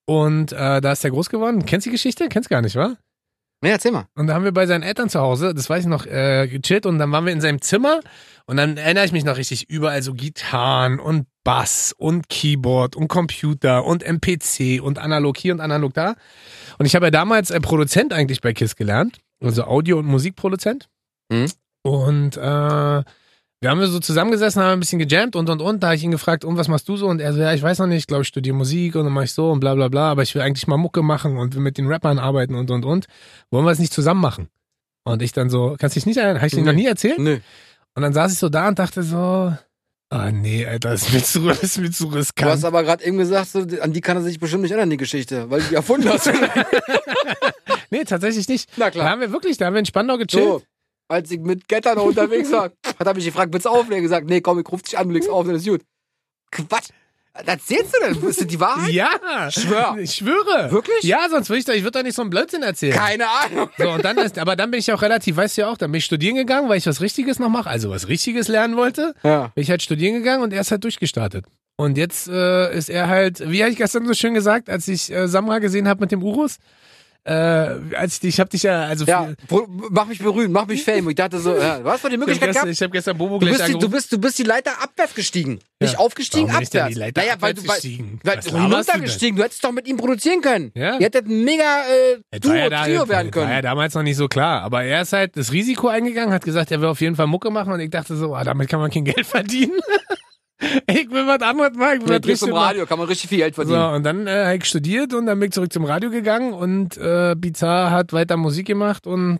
S2: Und äh, da ist der groß geworden. Kennst du die Geschichte? Kennst gar nicht, wa?
S1: Nee, erzähl mal.
S2: Und da haben wir bei seinen Eltern zu Hause, das weiß ich noch, äh, gechillt und dann waren wir in seinem Zimmer und dann erinnere ich mich noch richtig, überall so Gitarren und Bass und Keyboard und Computer und MPC und analog hier und analog da. Und ich habe ja damals äh, Produzent eigentlich bei KISS gelernt, also Audio- und Musikproduzent.
S1: Mhm.
S2: Und äh, wir haben so zusammengesessen, haben ein bisschen gejammt und und und. Da habe ich ihn gefragt, und was machst du so? Und er so, ja, ich weiß noch nicht, ich glaube, ich studiere Musik und dann mache ich so und bla bla bla, aber ich will eigentlich mal Mucke machen und will mit den Rappern arbeiten und und und wollen wir es nicht zusammen machen? Und ich dann so, kannst du dich nicht erinnern? Habe ich dir noch
S1: Nee.
S2: nie erzählt?
S1: Nö.
S2: Und dann saß ich so da und dachte so, ah nee, Alter, das ist mir zu, das ist mir zu
S1: Du hast
S2: riskant.
S1: aber gerade eben gesagt, so, an die kann er sich bestimmt nicht erinnern, die Geschichte, weil du die erfunden hast.
S2: Nee, tatsächlich nicht.
S1: Na
S2: Da haben wir wirklich, da haben wir in Spandau gechillt.
S1: So, als ich mit Gettern unterwegs war, hat er mich gefragt, willst du aufnehmen? Er hat gesagt, nee, komm, ich ruf dich an, du legst auf, dann ist gut. Quatsch. Was erzählst du denn? Ist das die Wahrheit?
S2: Ja,
S1: Schwör.
S2: ich schwöre.
S1: Wirklich?
S2: Ja, sonst würde ich doch, ich würde doch nicht so einen Blödsinn erzählen.
S1: Keine Ahnung.
S2: So, und dann ist, aber dann bin ich auch relativ, weißt du ja auch, dann bin ich studieren gegangen, weil ich was Richtiges noch mache, also was Richtiges lernen wollte.
S1: Ja.
S2: Bin ich halt studieren gegangen und er ist halt durchgestartet. Und jetzt äh, ist er halt, wie habe ich gestern so schön gesagt, als ich äh, Samra gesehen habe mit dem Urus, äh, als ich dich, ich habe dich ja, also
S1: Ja,
S2: viel-
S1: Bro- mach mich berühmt, mach mich fame. Und Ich dachte so, ja, du hast doch die
S2: ich habe
S1: Möglichkeit
S2: gestern,
S1: gehabt.
S2: ich hab gestern Bobo
S1: Du
S2: gleich
S1: bist, die, du,
S2: angerufen.
S1: bist, du bist die Leiter abwärts gestiegen. Nicht
S2: Ja.
S1: aufgestiegen,
S2: Warum bin ich denn
S1: abwärts.
S2: die Leiter
S1: naja, weil
S2: abwärts
S1: du, weil,
S2: gestiegen?
S1: weil,
S2: Was
S1: du
S2: laberst du
S1: hinuntergestiegen. Du, hättest doch mit ihm produzieren können.
S2: Ja.
S1: Ihr hättet ein mega äh,
S2: Das
S1: Duo,
S2: war ja da-
S1: Trio werden
S2: das War ja
S1: können.
S2: damals noch nicht so klar. Aber er ist halt das Risiko eingegangen, hat gesagt, er will auf jeden Fall Mucke machen. Und ich dachte so, ah, damit kann man kein Geld verdienen. ich will was anderes machen. Ich will
S1: Mit
S2: was
S1: Drehs
S2: richtig
S1: im
S2: machen.
S1: Radio kann man richtig viel Geld
S2: So,
S1: verdienen.
S2: und dann äh, habe ich studiert und dann bin ich zurück zum Radio gegangen und äh, Bizarre hat weiter Musik gemacht und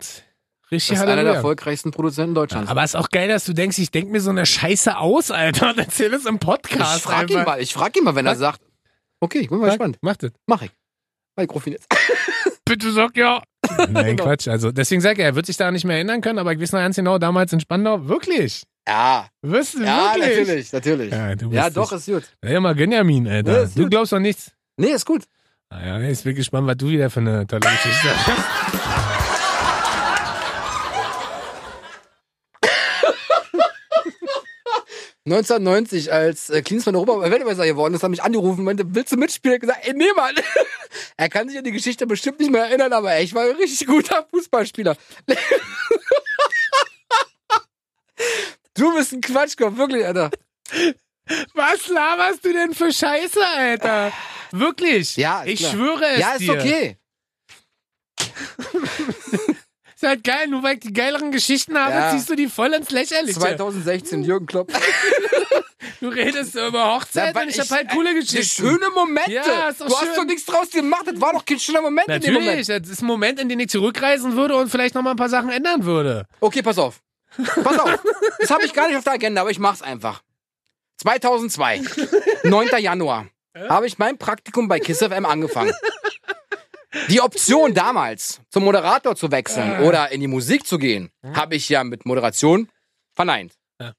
S2: richtig
S1: Das ist einer der
S2: Halleluja.
S1: erfolgreichsten Produzenten Deutschlands.
S2: Aber ist auch geil, dass du denkst, ich denk mir so eine Scheiße aus, Alter, und erzähl es im Podcast.
S1: Ich frag ihn
S2: einfach.
S1: mal, ich frag ihn mal, wenn er
S2: Sag-
S1: sagt, okay, ich bin mal gespannt.
S2: Mach das.
S1: Mach ich. Weil ich ruf ihn jetzt.
S2: Bitte sag ja. Nein,
S1: Genau.
S2: Quatsch. Also deswegen sag ich, er wird sich da nicht mehr erinnern können, aber ich weiß noch ganz genau, damals in Spandau, wirklich.
S1: Ja,
S2: Wirst du
S1: ja,
S2: wirklich?
S1: natürlich, natürlich. Ja,
S2: Ja, du bist
S1: doch,
S2: nicht-
S1: ist gut.
S2: Ja, mal Benjamin,
S1: Ja,
S2: Alter.
S1: ist
S2: du
S1: gut.
S2: glaubst doch nichts.
S1: Nee, ist gut.
S2: Ah, ja, ich bin gespannt, was du wieder für eine tolle Geschichte hast.
S1: neunzehnhundertneunzig als äh, Cleans von Europa Weltmeister geworden ist, hat mich angerufen und meinte, willst du mitspielen? Ich hab gesagt, ey, nee, Mann. er kann sich an die Geschichte bestimmt nicht mehr erinnern, aber ey, ich war ein richtig guter Fußballspieler. du bist ein Quatschkopf, wirklich, Alter.
S2: Was laberst du denn für Scheiße, Alter? Wirklich?
S1: Ja, ist
S2: Ich
S1: klar.
S2: schwöre es
S1: ja, ist
S2: dir.
S1: okay.
S2: Ist halt geil, nur weil ich die geileren Geschichten habe,
S1: Ja.
S2: ziehst du die voll ins Lächerliche.
S1: 2016, Jürgen Klopp.
S2: Du redest über Hochzeiten
S1: weil
S2: und ich, hab halt coole
S1: äh,
S2: Geschichten.
S1: Schöne Momente.
S2: Ja, ist doch
S1: du
S2: schön.
S1: hast doch nichts draus gemacht. Das war doch kein schöner Moment in dem
S2: Natürlich,
S1: Moment.
S2: das ist ein Moment, in den ich zurückreisen würde und vielleicht nochmal ein paar Sachen ändern würde.
S1: Okay, pass auf. Pass auf. Das habe ich gar nicht auf der Agenda, aber ich mach's einfach. 2002, 9. Januar, habe ich mein Praktikum bei Kiss FM angefangen. Die Option damals, zum Moderator zu
S2: Ah.
S1: wechseln oder in die Musik zu gehen, habe ich ja mit Moderation verneint.
S2: Hm? Ja.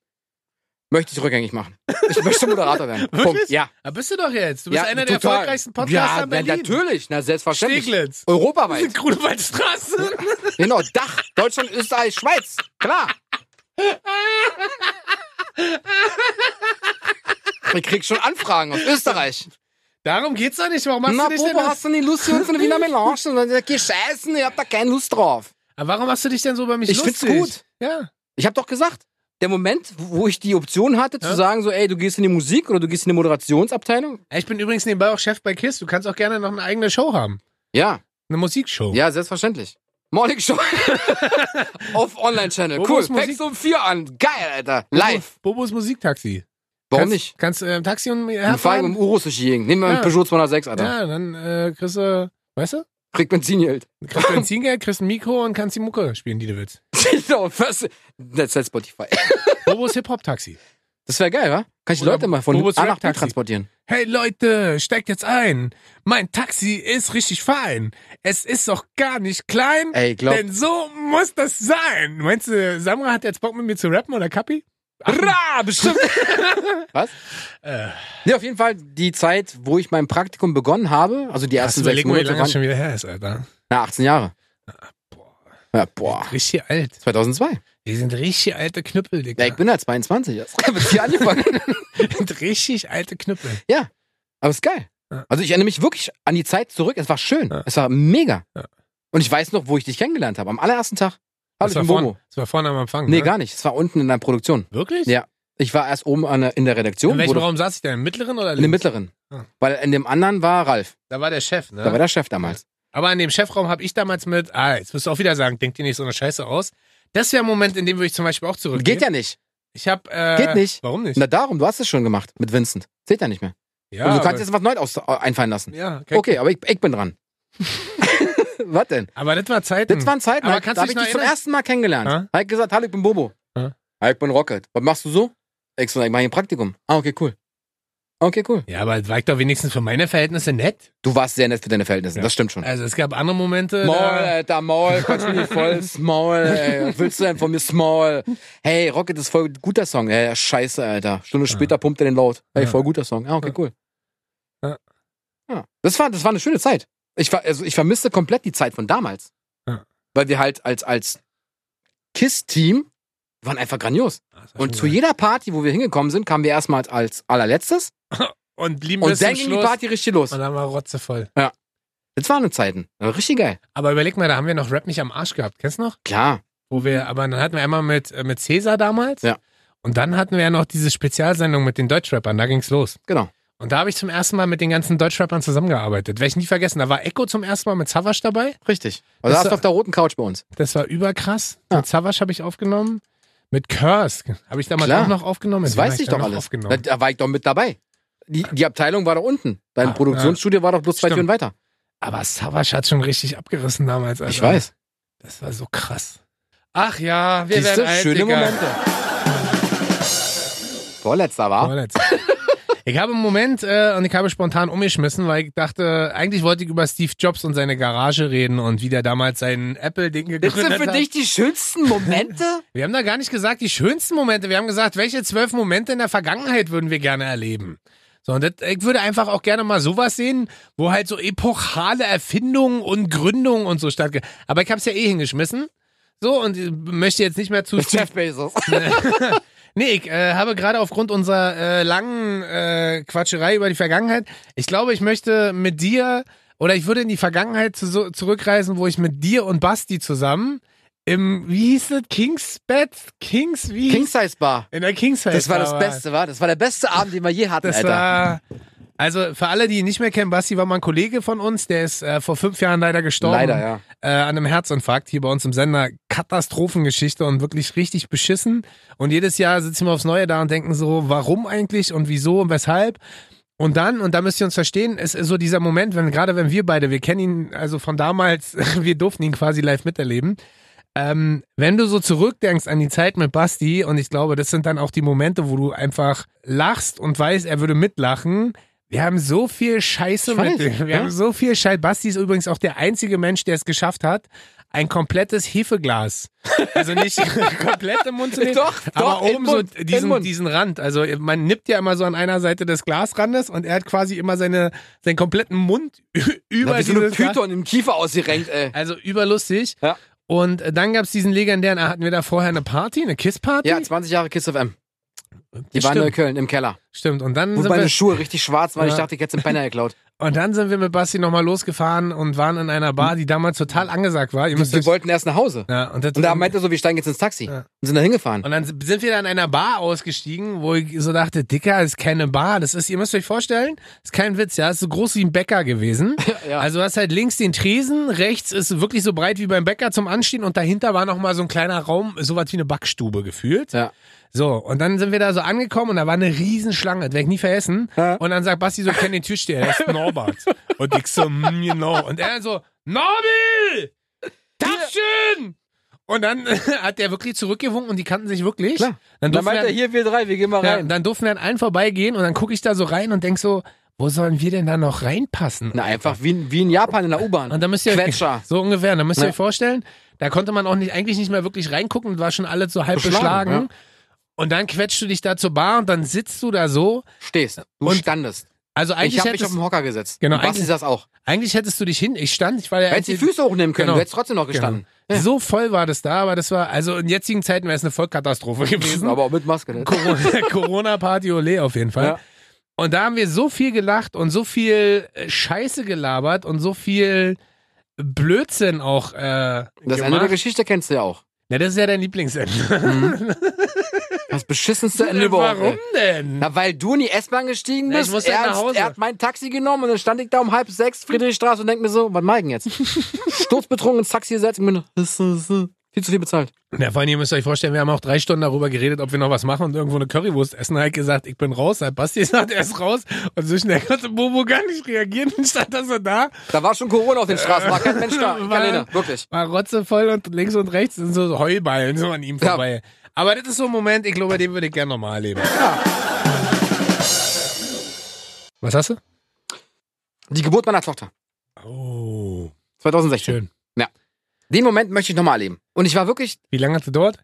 S1: Möchte ich rückgängig machen. Ich möchte Moderator werden. Punkt.
S2: Wirklich?
S1: Ja.
S2: Da bist du doch jetzt. Du bist einer der
S1: total.
S2: erfolgreichsten Podcaster
S1: ja,
S2: in Berlin.
S1: Ja, natürlich, na selbstverständlich.
S2: Steglitz.
S1: Europaweit.
S2: Grunewaldstraße.
S1: genau, Dach, Deutschland, Österreich, Schweiz. Klar. Ich krieg schon Anfragen aus Österreich.
S2: Darum geht's doch nicht. Warum machst
S1: Na,
S2: du dich denn
S1: Bobo, hast du nicht Lust, hier uns eine Wiener Melange? Und dann sagt, geh scheißen, ich hab da keine Lust drauf.
S2: Aber warum machst du dich denn so bei mich
S1: Ich
S2: lustig?
S1: find's gut.
S2: Ja.
S1: Ich hab doch gesagt, der Moment, wo ich die Option hatte, zu
S2: Ja.
S1: sagen, so, ey, du gehst in die Musik oder du gehst in die Moderationsabteilung.
S2: Ich bin übrigens nebenbei auch Chef bei KISS. Du kannst auch gerne noch eine eigene Show haben.
S1: Ja,
S2: Eine Musikshow.
S1: ja, selbstverständlich. Morning Show auf Online-Channel. Cool,
S2: Bobos Musik-
S1: fängst um vier an. Geil, Alter. Live.
S2: Bobos Musiktaxi.
S1: Warum
S2: kannst,
S1: nicht?
S2: Kannst äh, im Taxi und
S1: Wir fahren mit
S2: herfahren.
S1: dem Urus durch die Gegend. Nehmen wir einen
S2: Ja.
S1: Peugeot 206, Alter.
S2: Ja, dann äh, kriegst du, weißt du,
S1: Kriegt Benzingeld.
S2: kriegst Benzingeld, kriegst ein Mikro und kannst die Mucke spielen, die du willst.
S1: genau, was? Das ist halt Spotify.
S2: Bobos Hip-Hop-Taxi.
S1: Das wäre geil, wa? Kann ich die
S2: Oder
S1: Leute mal von
S2: Bobos
S1: A nach B
S2: Rap-Taxi.
S1: transportieren.
S2: hey Leute, steigt jetzt ein. Mein Taxi ist richtig fein. Es ist doch gar nicht klein,
S1: Ey, glaub-
S2: denn so muss das sein. Meinst du, Samra hat jetzt Bock mit mir zu rappen oder Kapi?
S1: Ra, bestimmt. Was?
S2: Äh,
S1: Nee, auf jeden Fall die Zeit, wo ich mein Praktikum begonnen habe, also die ersten sechs
S2: überlegen, wie
S1: Monate
S2: lange das
S1: waren,
S2: schon wieder her ist, Alter.
S1: na, 18 Jahre.
S2: Ah,
S1: Ja, boah.
S2: Richtig alt.
S1: 2002.
S2: Wir sind richtig alte Knüppel, Digga.
S1: Ja, ich bin halt ja 22. jetzt. Ich hab jetzt hier angefangen.
S2: Wir sind richtig alte Knüppel.
S1: Aber ist geil.
S2: Ja.
S1: Also ich erinnere mich wirklich an die Zeit zurück. Es war schön.
S2: Ja.
S1: Es war mega.
S2: Ja.
S1: Und ich weiß noch, wo ich dich kennengelernt habe. Am allerersten Tag. Hallo,
S2: Das
S1: ich
S2: war,
S1: bin
S2: vorne,
S1: Bobo.
S2: das war vorne am Anfang.
S1: Nee,
S2: ne?
S1: gar nicht. Es war unten in der Produktion.
S2: Wirklich?
S1: Ja. Ich war erst oben an der, in der Redaktion.
S2: In welchem
S1: wurde-
S2: Raum saß ich denn? Im mittleren oder
S1: in dem
S2: links?
S1: mittleren.
S2: Ah.
S1: Weil in dem anderen war Ralf.
S2: Da war der Chef, ne?
S1: Da war der Chef damals.
S2: Aber in dem Chefraum habe ich damals mit, ah, jetzt wirst du auch wieder sagen, denk dir nicht so eine Scheiße aus. Das wäre ein Moment, in dem würde ich zum Beispiel auch zurückgehen.
S1: Geht ja nicht.
S2: Ich hab, äh,
S1: Geht nicht.
S2: Warum nicht?
S1: Na darum, du hast es schon gemacht mit Vincent. Zählt ja nicht mehr.
S2: ja,
S1: Und du kannst
S2: aber,
S1: jetzt was Neues aus, äh, einfallen lassen.
S2: ja, okay.
S1: Okay, aber ich, ich bin dran. was denn?
S2: Aber das war Zeiten.
S1: Das waren Zeiten,
S2: Hm. Aber
S1: da
S2: kannst
S1: habe
S2: du
S1: ich dich
S2: dich noch
S1: zum
S2: erinnern?
S1: ersten Mal kennengelernt.
S2: Ja?
S1: Ja? Habe ich gesagt, hallo, ich bin Bobo.
S2: Ja?
S1: Hi, ich bin Rocket. Was machst du so? Ich so, ich mache hier ein Praktikum. Ah, okay, cool. Ah, Okay, cool.
S2: ja, aber das war ich doch wenigstens für meine Verhältnisse nett.
S1: Du warst sehr nett für deine Verhältnisse,
S2: Ja.
S1: das stimmt schon.
S2: Also es gab andere Momente.
S1: Maul,
S2: da- Ah,
S1: Alter, Maul, äh, quatsch mich nicht voll, Small, ey. Was willst du denn von mir, Small? Hey, Rocket ist voll guter Song. Ja, ja, scheiße, Alter. Stunde später pumpt er den laut. Hey,
S2: Ja.
S1: voll guter Song. Ah, okay,
S2: Ja.
S1: cool.
S2: Ja.
S1: Ja. Das war, das war eine schöne Zeit. Ich, ver- also ich vermisse komplett die Zeit von damals.
S2: Ja.
S1: Weil wir halt als, als KISS-Team waren einfach grandios.
S2: Ah, das war
S1: Und
S2: schon
S1: zu
S2: geil.
S1: jeder Party, wo wir hingekommen sind, kamen wir erstmal als, als allerletztes.
S2: und blieben bis
S1: Und
S2: zum
S1: dann ging die
S2: Schluss.
S1: Party richtig los.
S2: Und dann war Rotze voll.
S1: Das waren Zeiten. Richtig geil.
S2: Aber überleg mal, da haben wir noch Rap mich am Arsch gehabt. Kennst du noch?
S1: Klar.
S2: Wo wir, aber dann hatten wir einmal mit, äh, mit Cäsar damals.
S1: Ja.
S2: Und dann hatten wir ja noch diese Spezialsendung mit den Deutschrappern. Da ging's los.
S1: Genau.
S2: Und da habe ich zum ersten Mal mit den ganzen Deutschrappern zusammengearbeitet. Werde ich nie vergessen. Da war Echo zum ersten Mal mit Savasch dabei.
S1: Richtig. Also
S2: Das
S1: saß
S2: war-
S1: auf der roten Couch bei uns.
S2: Das war überkrass.
S1: Ja.
S2: Mit Savasch habe ich aufgenommen. Mit Curse habe ich damals
S1: Klar.
S2: auch noch aufgenommen.
S1: Das
S2: Mit wem
S1: weiß
S2: habe
S1: ich doch
S2: da noch
S1: alles. Da,
S2: Aufgenommen.
S1: da war ich doch mit dabei. Die, die Abteilung war da unten. Dein
S2: Ah,
S1: Produktionsstudio war doch bloß zwei
S2: Stimmt.
S1: Türen weiter.
S2: Aber Savasch hat schon richtig abgerissen damals. Alter.
S1: Ich weiß.
S2: Das war so krass. Ach ja, wir
S1: Siehste,
S2: werden alt,
S1: schöne
S2: Digga.
S1: Momente. Vorletzter war.
S2: Vorletzt. Ich habe im Moment äh, und ich habe spontan umgeschmissen, weil ich dachte, eigentlich wollte ich über Steve Jobs und seine Garage reden und wie der damals sein
S1: Das
S2: Apple-Ding gegründet
S1: sind für
S2: hat.
S1: dich die schönsten Momente?
S2: Wir haben da gar nicht gesagt, die schönsten Momente. Wir haben gesagt, welche zwölf Momente in der Vergangenheit würden wir gerne erleben. So, und das, ich würde einfach auch gerne mal sowas sehen, wo halt so epochale Erfindungen und Gründungen und so stattge. Aber ich habe es ja eh hingeschmissen. So, und ich möchte jetzt nicht mehr zu.
S1: Jeff Bezos.
S2: Nee, ich äh, habe gerade aufgrund unserer äh, langen äh, Quatscherei über die Vergangenheit, ich glaube, ich möchte mit dir oder ich würde in die Vergangenheit zu, so, zurückreisen, wo ich mit dir und Basti zusammen im, wie hieß das, Kings Bett? Kings, wie?
S1: King
S2: hieß-
S1: Size Bar.
S2: in der Kings
S1: Das war das
S2: Bar
S1: Beste, war. Das war der beste Abend, den wir je hatten,
S2: Das
S1: Alter.
S2: war. Also für alle, die ihn nicht mehr kennen, Basti war mal ein Kollege von uns, der ist äh, vor fünf Jahren leider gestorben
S1: Leider, ja.
S2: äh, an einem Herzinfarkt hier bei uns im Sender. Katastrophengeschichte und wirklich richtig beschissen. Und jedes Jahr sitzen wir aufs Neue da und denken so, warum eigentlich und wieso und weshalb. Und dann, und da müsst ihr uns verstehen, es ist so dieser Moment, wenn gerade wenn wir beide, wir kennen ihn also von damals, wir durften ihn quasi live miterleben. Ähm, wenn du so zurückdenkst an die Zeit mit Basti, und ich glaube, das sind dann auch die Momente, wo du einfach lachst und weißt, er würde mitlachen. Wir haben so viel Scheiße
S1: Ich
S2: mit
S1: weiß,
S2: dem. Wir
S1: ja.
S2: haben so viel Scheiße. Basti ist übrigens auch der einzige Mensch, der es geschafft hat, ein komplettes Hefeglas. Also nicht komplett im Mund zu nehmen,
S1: Doch,
S2: aber
S1: doch, in
S2: oben
S1: Mund,
S2: so
S1: in
S2: diesen,
S1: Mund.
S2: diesen Rand. Also man nippt ja immer so an einer Seite des Glasrandes und er hat quasi immer seine, seinen kompletten Mund
S1: Da
S2: über
S1: hab ich so eine
S2: dieses Glas-
S1: Python im Kiefer ausgerenkt, ey.
S2: also überlustig.
S1: Ja.
S2: Und äh, dann gab es diesen legendären, ah, hatten wir da vorher eine Party, eine Kiss-Party?
S1: Ja, 20 Jahre Kiss FM. Die waren in
S2: stimmt,
S1: Neukölln im Keller.
S2: stimmt. Und dann,
S1: Wo
S2: sind
S1: meine
S2: wir,
S1: Schuhe richtig schwarz waren. Ich
S2: Ja.
S1: dachte, ich hätte einen Penner geklaut.
S2: und dann sind wir mit Basti nochmal losgefahren und waren in einer Bar,
S1: Hm.
S2: die damals total angesagt war. Ihr müsst
S1: Wir
S2: euch-
S1: wollten erst nach Hause.
S2: ja, und, das,
S1: Und da meinte er so, wir steigen jetzt ins Taxi.
S2: Ja.
S1: Und sind da hingefahren.
S2: und dann sind wir da in einer Bar ausgestiegen, wo ich so dachte, Dicker, das ist keine Bar. Das ist, ihr müsst euch vorstellen, ist kein Witz, ja, ist so groß wie ein Bäcker gewesen.
S1: ja.
S2: Also du hast halt links den Tresen, rechts ist wirklich so breit wie beim Bäcker zum Anstehen und dahinter war nochmal so ein kleiner Raum, sowas wie eine Backstube gefühlt.
S1: Ja.
S2: So, und dann sind wir da so angekommen und da war eine Riesenschlange, das werde ich nie vergessen.
S1: Ja.
S2: Und dann sagt Basti so, ich kenne den Türsteher, der ist Norbert. und ich so, mm, genau. Und er so, Norbi! Taschen! Und dann hat der wirklich zurückgewunken und die kannten sich wirklich.
S1: Klar. Dann
S2: Dann durften
S1: meinte
S2: wir,
S1: er, hier, wir drei, wir gehen mal
S2: ja,
S1: rein.
S2: dann durften wir an allen vorbeigehen und dann gucke ich da so rein und denk so, wo sollen wir denn da noch reinpassen?
S1: Na, einfach wie, in- wie in Japan in der U-Bahn.
S2: Und da müsst ihr
S1: Quetscher.
S2: so ungefähr, da müsst ihr
S1: Ja.
S2: euch vorstellen, da konnte man auch nicht, eigentlich nicht mehr wirklich reingucken, war schon alles so halb beschlagen.
S1: Beschlagen,
S2: Und dann quetschst du dich da zur Bar und dann sitzt du da so.
S1: Stehst. Du
S2: Und
S1: standest.
S2: Also
S1: Ich
S2: eigentlich
S1: habe mich auf
S2: hättest,
S1: den Hocker gesetzt.
S2: Genau,
S1: Und Basti
S2: eigentlich-
S1: das auch.
S2: eigentlich hättest du dich hin. Ich stand, ich war der
S1: Du hättest die
S2: einzige-
S1: Füße hochnehmen können,
S2: Genau.
S1: du hättest trotzdem noch
S2: Genau.
S1: gestanden.
S2: So voll war das da, aber das war, also in jetzigen Zeiten wäre es eine Vollkatastrophe gewesen.
S1: Aber auch mit Maske. Ne?
S2: Corona- Corona-Party, ole auf jeden Fall.
S1: Ja.
S2: Und da haben wir so viel gelacht und so viel äh, Scheiße gelabert und so viel Blödsinn auch äh,
S1: Das Ende
S2: gemacht.
S1: der Geschichte kennst du ja auch.
S2: Na, das ist ja dein Lieblingsende.
S1: Mhm. Das beschissenste Ende überhaupt.
S2: Warum
S1: ey.
S2: denn?
S1: Na, weil du in die S-Bahn gestiegen
S2: Na, ich
S1: bist,
S2: muss ja
S1: er,
S2: nach
S1: hat-
S2: Hause.
S1: er hat mein Taxi genommen und dann stand ich da um halb sechs, Friedrichstraße und denk mir so, was mach ich denn jetzt? Sturzbetrunken ins Taxi gesetzt und bin viel zu viel bezahlt.
S2: Na, vor allem, ihr müsst euch vorstellen, wir haben auch drei Stunden darüber geredet, ob wir noch was machen und irgendwo eine Currywurst essen. Er hat gesagt, ich bin raus. Hat Basti gesagt, er ist raus. Und so schnell konnte Bobo gar nicht reagieren, statt dass er da
S1: Da war schon Corona auf den Straßen, war kein Mensch da.
S2: Mann.
S1: Kalena, wirklich.
S2: war rotzevoll und links und rechts sind so Heuballen so an ihm
S1: Ja.
S2: vorbei. Aber das ist so ein Moment, ich glaube, den würde ich gerne nochmal erleben. Was hast du?
S1: Die Geburt meiner Tochter,
S2: Oh,
S1: 2016.
S2: schön.
S1: Den Moment möchte ich nochmal erleben. Und ich war wirklich
S2: Wie lange hat es gedauert?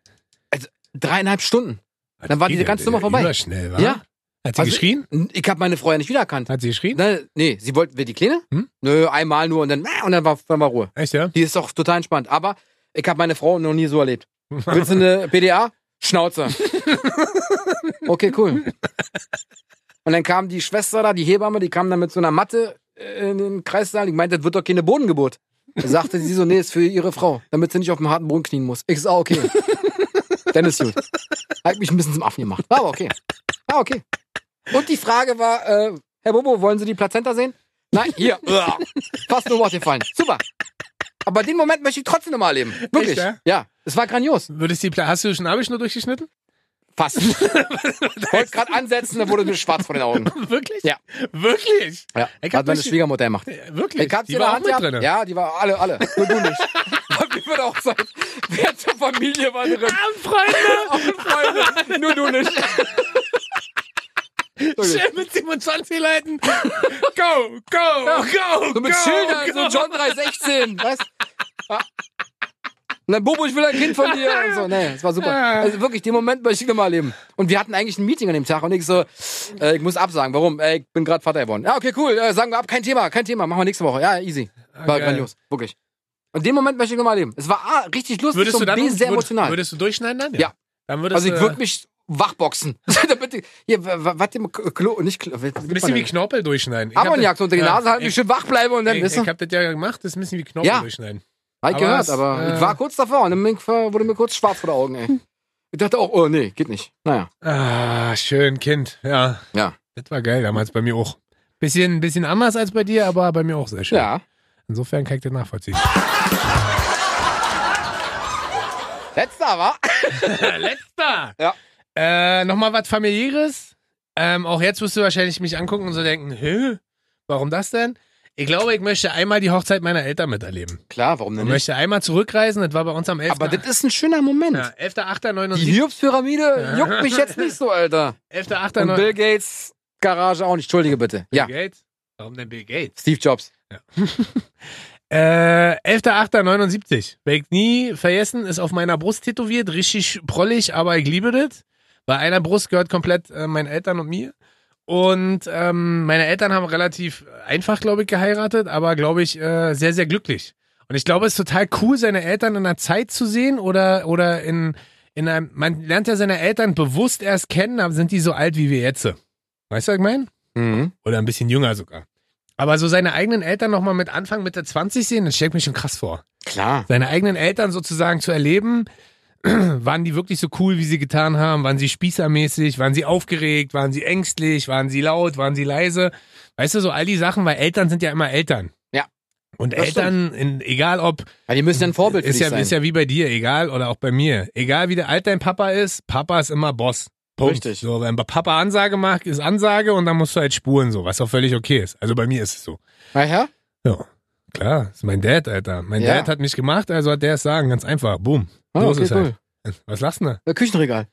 S1: dreieinhalb Stunden. Dann war diese ganze Nummer vorbei.
S2: Überschnell, wa?
S1: Ja.
S2: Hat sie
S1: Also-
S2: geschrien?
S1: Ich habe meine Freundin nicht wiedererkannt.
S2: Hat sie geschrien?
S1: Ne, nee, sie wollte, will die Kleine?
S2: Hm?
S1: Nö, einmal nur und dann, äh, und dann war, dann war Ruhe.
S2: Echt, ja?
S1: Die ist doch total entspannt. Aber ich habe meine Frau noch nie so erlebt. Willst du eine PDA? Schnauze. Okay, cool. Und dann kam die Schwester da, die Hebamme, die kam dann mit so einer Matte äh, in den Kreissaal. Ich meinte, das wird doch keine Bodengeburt. Da sagte sie so, nee, ist für ihre Frau, damit sie nicht auf dem harten Boden knien muss. Ich sag, okay. Dann ist gut. Hat mich ein bisschen zum Affen gemacht. War aber okay. War okay. Und die Frage war, äh, Herr Bobo, wollen Sie die Plazenta sehen? Nein, hier. Uah. Fast nur Wort gefallen. Super. Aber den Moment möchte ich trotzdem nochmal erleben. Wirklich.
S2: Echt, ja?
S1: ja, es war grandios.
S2: Würdest du die Pla- hast du schon Abschnitt durchgeschnitten?
S1: Fast. Wollte gerade ansetzen, da wurde mir schwarz vor den Augen.
S2: Wirklich?
S1: Ja.
S2: Wirklich?
S1: Ja,
S2: Ich hab
S1: hat meine
S2: durch-
S1: Schwiegermutter gemacht.
S2: Wirklich?
S1: Ich hab's
S2: die
S1: in der
S2: war auch
S1: Hand
S2: mit
S1: gehabt.
S2: drin.
S1: Ja, die war alle, alle. Nur du nicht. Wie wird auch sein. Wer zur Familie war drin?
S2: Abend, Freunde!
S1: Auch Freunde. Nur du nicht.
S2: Schön mit 27 Leuten. Go, go, go,
S1: So mit
S2: go,
S1: Schildern,
S2: go.
S1: so John 316. Weißt Ja. Und dann, Bobo, ich will ein Kind von dir. Und so, nee, es war super.
S2: Ja.
S1: Also wirklich, den Moment möchte ich nochmal erleben. Und wir hatten eigentlich ein Meeting an dem Tag und ich so, äh, ich muss absagen. Warum? Äh, ich bin gerade Vater geworden. Ja, okay, cool. Äh, sagen wir ab, kein Thema, kein Thema. Machen wir nächste Woche. Ja, easy. War
S2: Ah, geil.
S1: grandios. Wirklich. Und den Moment möchte ich nochmal erleben. Es war A, richtig lustig
S2: Würdest
S1: und
S2: du dann
S1: B, sehr
S2: würd-
S1: emotional.
S2: Würdest du durchschneiden dann?
S1: Ja.
S2: Dann würdest
S1: also ich
S2: du- äh,
S1: würde mich wachboxen. Damit ich- Hier, wa- wa- was dem Klo, nicht Klo.
S2: ein bisschen wie Knorpel durchschneiden. Ich hab
S1: Ammoniak
S2: das-
S1: so unter die
S2: ja,
S1: Nase halten, wie
S2: ich,
S1: ich schön wach bleibe und dann,
S2: ich,
S1: wisst ihr?
S2: ich hab das ja gemacht, das ist ein bisschen wie Knorpel
S1: Ja.
S2: durchschneiden.
S1: Hab ich
S2: Aber
S1: gehört,
S2: es,
S1: aber
S2: äh,
S1: ich war kurz davor und dann bin ich- wurde mir kurz schwarz vor den Augen, ey. Ich dachte auch, oh nee, geht nicht. Naja.
S2: Ah, schön, Kind. Ja.
S1: Ja.
S2: Das war geil damals bei mir auch. Bisschen, bisschen anders als bei dir, aber bei mir auch sehr schön.
S1: Ja.
S2: Insofern kann ich das nachvollziehen.
S1: Letzter, war.
S2: Letzter.
S1: Ja.
S2: Äh, Nochmal was familiäres. Ähm, auch jetzt wirst du wahrscheinlich mich angucken und so denken, hä, warum das denn? Ich glaube, ich möchte einmal die Hochzeit meiner Eltern miterleben.
S1: Klar, warum
S2: Ich
S1: denn nicht?
S2: möchte einmal zurückreisen, das war bei uns am 11.
S1: Mhm. Aber das ist ein schöner Moment.
S2: ja, 11.8.79.
S1: Die Hiobspyramide juckt mich jetzt nicht so, Alter.
S2: 11.8.79.
S1: Und Bill Gates Garage auch nicht. Entschuldige bitte. Ja.
S2: Bill Gates? Warum denn Bill Gates?
S1: Steve Jobs.
S2: Äh, 11.8.79. Werd ich nie vergessen, ist auf meiner Brust tätowiert, richtig prollig, aber ich liebe das. Bei einer Brust gehört komplett äh, meinen Eltern und mir. Und ähm, meine Eltern haben relativ einfach, glaube ich, geheiratet, aber glaube ich, äh, sehr, sehr glücklich. Und ich glaube, es ist total cool, seine Eltern in einer Zeit zu sehen oder, oder in, in einem. Man lernt ja seine Eltern bewusst erst kennen, aber sind die so alt wie wir jetzt. Weißt du, was ich meine?
S1: Mhm.
S2: Oder ein bisschen jünger sogar. Aber so seine eigenen Eltern nochmal mit Anfang, Mitte 20 sehen, das stellt mich schon krass vor.
S1: Klar.
S2: Seine eigenen Eltern sozusagen zu erleben, waren die wirklich so cool, wie sie getan haben? Waren sie spießermäßig? Waren sie aufgeregt? Waren sie ängstlich? Waren sie laut? Waren sie leise? Weißt du, so all die Sachen, weil Eltern sind ja immer Eltern.
S1: Ja.
S2: Und
S1: Das
S2: Eltern, in, egal ob
S1: Ja, die müssen ja ein Vorbild für
S2: ist
S1: dich
S2: ja,
S1: sein.
S2: Ist ja wie bei dir, egal, oder auch bei mir. Egal wie der alt dein Papa ist, Papa ist immer Boss. Punkt.
S1: Richtig.
S2: So, wenn Papa Ansage macht, ist Ansage und dann musst du halt spuren, so, was auch völlig okay ist. Also bei mir ist es so.
S1: Na ja?
S2: Ja, klar, ist mein Dad, Alter. Mein
S1: Ja.
S2: Dad hat mich gemacht, also hat der es sagen, ganz einfach. Boom.
S1: Ah,
S2: Los
S1: okay,
S2: ist halt.
S1: cool.
S2: Was lachst du denn da?
S1: Ja, Küchenregal.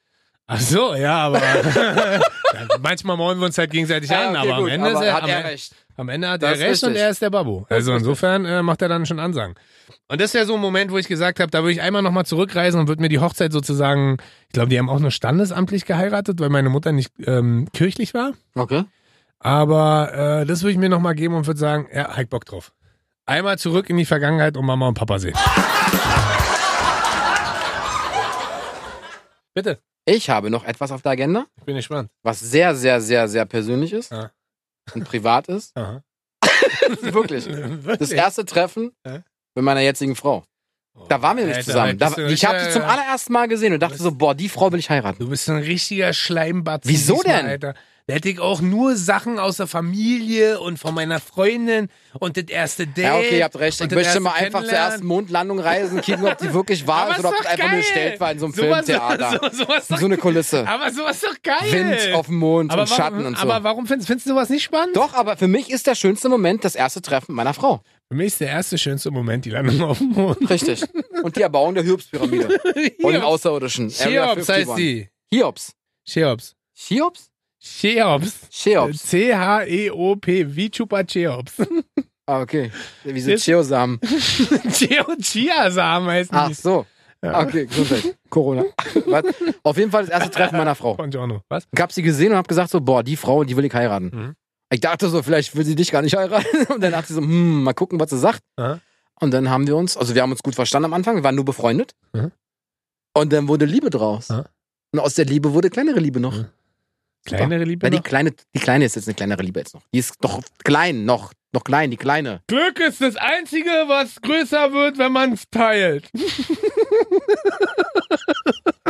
S2: Ach so, ja, aber Ja, manchmal maulen wir uns halt gegenseitig
S1: Ja,
S2: an,
S1: Ah, okay,
S2: aber am
S1: gut,
S2: Ende,
S1: aber
S2: ist er,
S1: hat
S2: am,
S1: er
S2: E-
S1: recht.
S2: am Ende hat
S1: Das
S2: er
S1: ist
S2: recht und
S1: richtig.
S2: er ist der Babbo. Also insofern äh, macht er dann schon Ansagen. Und das wäre so ein Moment, wo ich gesagt habe, da würde ich einmal nochmal zurückreisen und würde mir die Hochzeit sozusagen, ich glaube, die haben auch nur standesamtlich geheiratet, weil meine Mutter nicht ähm, kirchlich war.
S1: Okay.
S2: Aber äh, das würde ich mir nochmal geben und würde sagen, ja, halt Bock drauf. Einmal zurück in die Vergangenheit und Mama und Papa sehen. Bitte,
S1: Ich habe noch etwas auf der Agenda,
S2: ich bin gespannt.
S1: was sehr, sehr, sehr, sehr persönlich ist
S2: Ja.
S1: und privat ist.
S2: Aha.
S1: Wirklich. Das erste Treffen
S2: Ja.
S1: mit meiner jetzigen Frau. Da waren wir nämlich
S2: Alter,
S1: zusammen. Da,
S2: bist du
S1: ich habe
S2: richtig,
S1: sie zum
S2: äh,
S1: allerersten Mal gesehen und dachte so, boah, die Frau will ich heiraten.
S2: Du bist ein richtiger Schleimbatzen.
S1: Wieso denn?
S2: Alter. Da hätte ich auch nur Sachen aus der Familie und von meiner Freundin und das erste Date.
S1: Ja, okay, ihr habt recht. Ich
S2: und das
S1: möchte
S2: erste
S1: mal einfach zur ersten
S2: Kennenlernen.
S1: Mondlandung reisen, gucken, ob die wirklich wahr
S2: Aber
S1: ist oder ob
S2: ist
S1: das
S2: doch
S1: einfach nur
S2: geil.
S1: gestellt war in so einem
S2: Sowas-
S1: Filmtheater.
S2: So, sowas
S1: So
S2: doch,
S1: eine Kulisse.
S2: aber sowas doch geil.
S1: Wind auf dem Mond
S2: aber
S1: und
S2: warum,
S1: Schatten und so.
S2: Aber warum findest, findest du sowas nicht spannend?
S1: Doch, aber für mich ist der schönste Moment das erste Treffen meiner Frau.
S2: Für mich ist der erste schönste Moment die Landung auf dem Mond.
S1: Richtig. Und die Erbauung der Hyobs-Pyramide. Und den Außerirdischen. Area
S2: Cheops
S1: 51.
S2: heißt die.
S1: Hiobs.
S2: Cheops.
S1: Hiobs?
S2: Cheops. Äh,
S1: Cheops.
S2: C-H-E-O-P. Wie Chupa Cheops.
S1: Ah, okay. Wie so
S2: Ist-
S1: Cheosamen.
S2: Cheo Chia-Samen heißen
S1: Ach
S2: die.
S1: Ah, so.
S2: Ja.
S1: Okay, Gesundheit. Corona. Was? Auf jeden Fall das erste Treffen meiner Frau.
S2: Buongiorno. Was?
S1: Ich hab sie gesehen und hab gesagt so, boah, die Frau, die will ich heiraten.
S2: Mhm.
S1: Ich dachte so, vielleicht will sie dich gar nicht heiraten. Und dann dachte sie so, hm, mal gucken, was sie sagt.
S2: Aha.
S1: Und dann haben wir uns, also wir haben uns gut verstanden am Anfang, wir waren nur befreundet.
S2: Mhm.
S1: Und dann wurde Liebe draus.
S2: Aha.
S1: Und aus der Liebe wurde kleinere Liebe noch.
S2: Mhm. Genau. Kleinere Liebe
S1: Na, die
S2: noch?
S1: kleine, die kleine ist jetzt eine kleinere Liebe jetzt noch. Die ist doch klein, noch, noch klein, die kleine.
S2: Glück ist das Einzige, was größer wird, wenn man es teilt.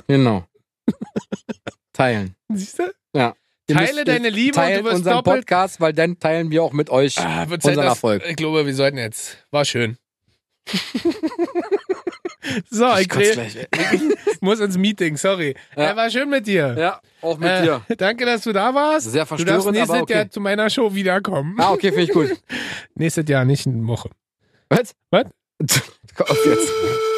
S1: Genau. teilen.
S2: Siehst du?
S1: Ja. Ihr
S2: Teile
S1: müsst-
S2: deine Liebe und
S1: teilen
S2: du wirst
S1: unseren
S2: doppelt-
S1: Podcast, weil dann teilen wir auch mit euch.
S2: Ah, wird
S1: Unseren Erfolg.
S2: Ich glaube, wir sollten jetzt. War schön. so, ich,
S1: kotze
S2: dreh,
S1: gleich.
S2: muss ins Meeting, sorry.
S1: Ja.
S2: Äh, war schön mit dir.
S1: Ja, auch mit
S2: äh,
S1: dir.
S2: Danke, dass du da warst.
S1: Sehr
S2: du darfst
S1: verstörend,
S2: nächstes
S1: aber okay.
S2: Jahr zu meiner Show wiederkommen.
S1: Ah, okay, finde ich gut.
S2: Nächstes Jahr, nicht in Woche.
S1: Was?
S2: Was?
S1: Auf jetzt.